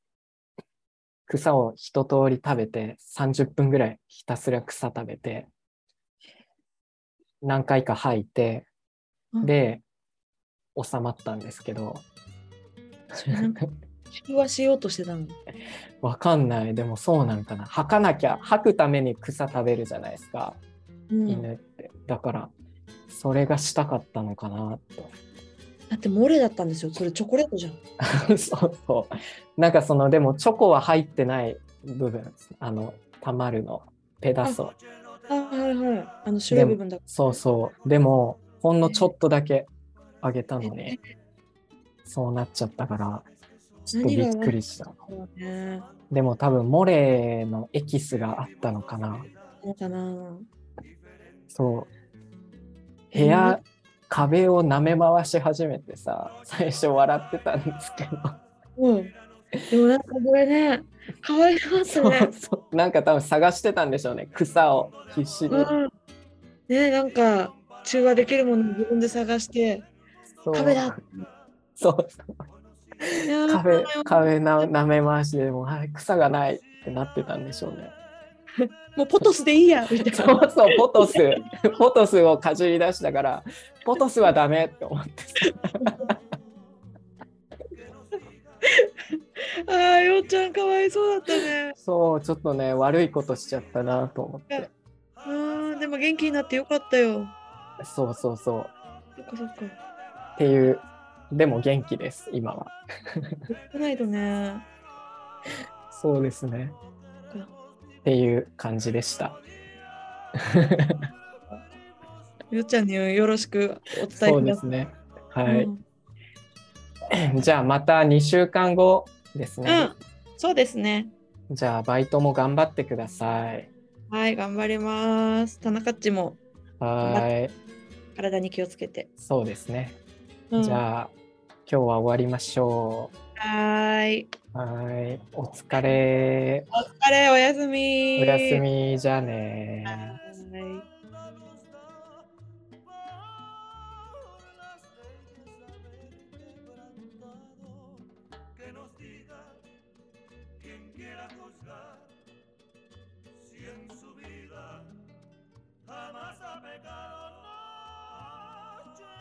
A: 草を一通り食べて、30分ぐらいひたすら草食べて、何回か吐いて、
B: うん
A: で、収まったんですけ
B: [LAUGHS]
A: ど、
B: なんか中和しようとしてたの。
A: わかんない。でもそうなんかな。吐かなきゃ、吐くために草食べるじゃないですか、
B: うん
A: 犬って。だから、それがしたかったのかな、と [LAUGHS]
B: だってモレだったんですよ。それチョコレートじゃん。
A: そうそう。なんかその、でもチョコは入ってない部分、あの、たまるの、ペダソ。
B: あはいはい。あの白い部分だ。
A: そうそう。でも、ほんのちょっとだけあげたのに、そうなっちゃったから、ちょっとびっくりした。
B: そうね。
A: でも多分、モレのエキスがあったのかな。
B: なんかな。
A: そう。部屋、壁を舐め回し始めてさ、最初笑ってたんですけど。
B: うん。でもなんかこれね、かわいそうです
A: そ
B: ね
A: う。 [LAUGHS] そうなんか多分探してたんでしょうね草を必死に、
B: うん。ねなんか中和できるものを自分で探して。
A: そう
B: 壁だ
A: そう
B: いやー
A: 壁壁な舐め回しでもうあれ草がないってなってたんでしょうね
B: もうポトスでいいやみたい
A: そ
B: な。
A: うそうポトスポトスをかじり出したからポトスはダメって思って
B: ああ、ようちゃんかわいそうだったね。
A: そうちょっとね悪いことしちゃったなと思って
B: うん、でも元気になってよかったよ。
A: そうそうそう
B: そっかそっか。
A: っていうでも元気です今は
B: 来ないとね。
A: そうですね
B: そっか
A: っていう感じで
B: [LAUGHS]
A: した
B: ようちゃんによろしくお伝え
A: そう
B: く
A: で
B: ださ
A: す
B: い。
A: ねはい、
B: うん
A: [LAUGHS] じゃあまた2週間後です
B: う
A: ね
B: ん。、そうですね。
A: じゃあバイトも頑張ってください。
B: はい、頑張ります。田中っちも
A: はーい。
B: 体に気をつけて。
A: そうですね。
B: うん
A: じゃあ今日は終わりましょ
B: はーい。
A: う。はーい。お疲れ。
B: お疲れ、おやすみ。
A: おやす。み。じゃあね
B: はい。
C: que nos diga quien quiera juzgar si en su vida jamás ha pecado. Noche,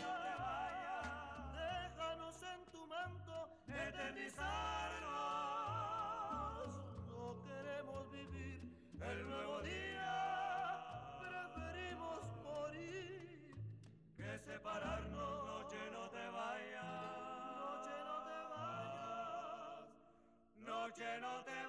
C: no te vayas, déjanos en tu manto eternizarnos. No queremos vivir el nuevo día, preferimos morir que separarnos. Noche no te vayas, noche no te vayas, noche no te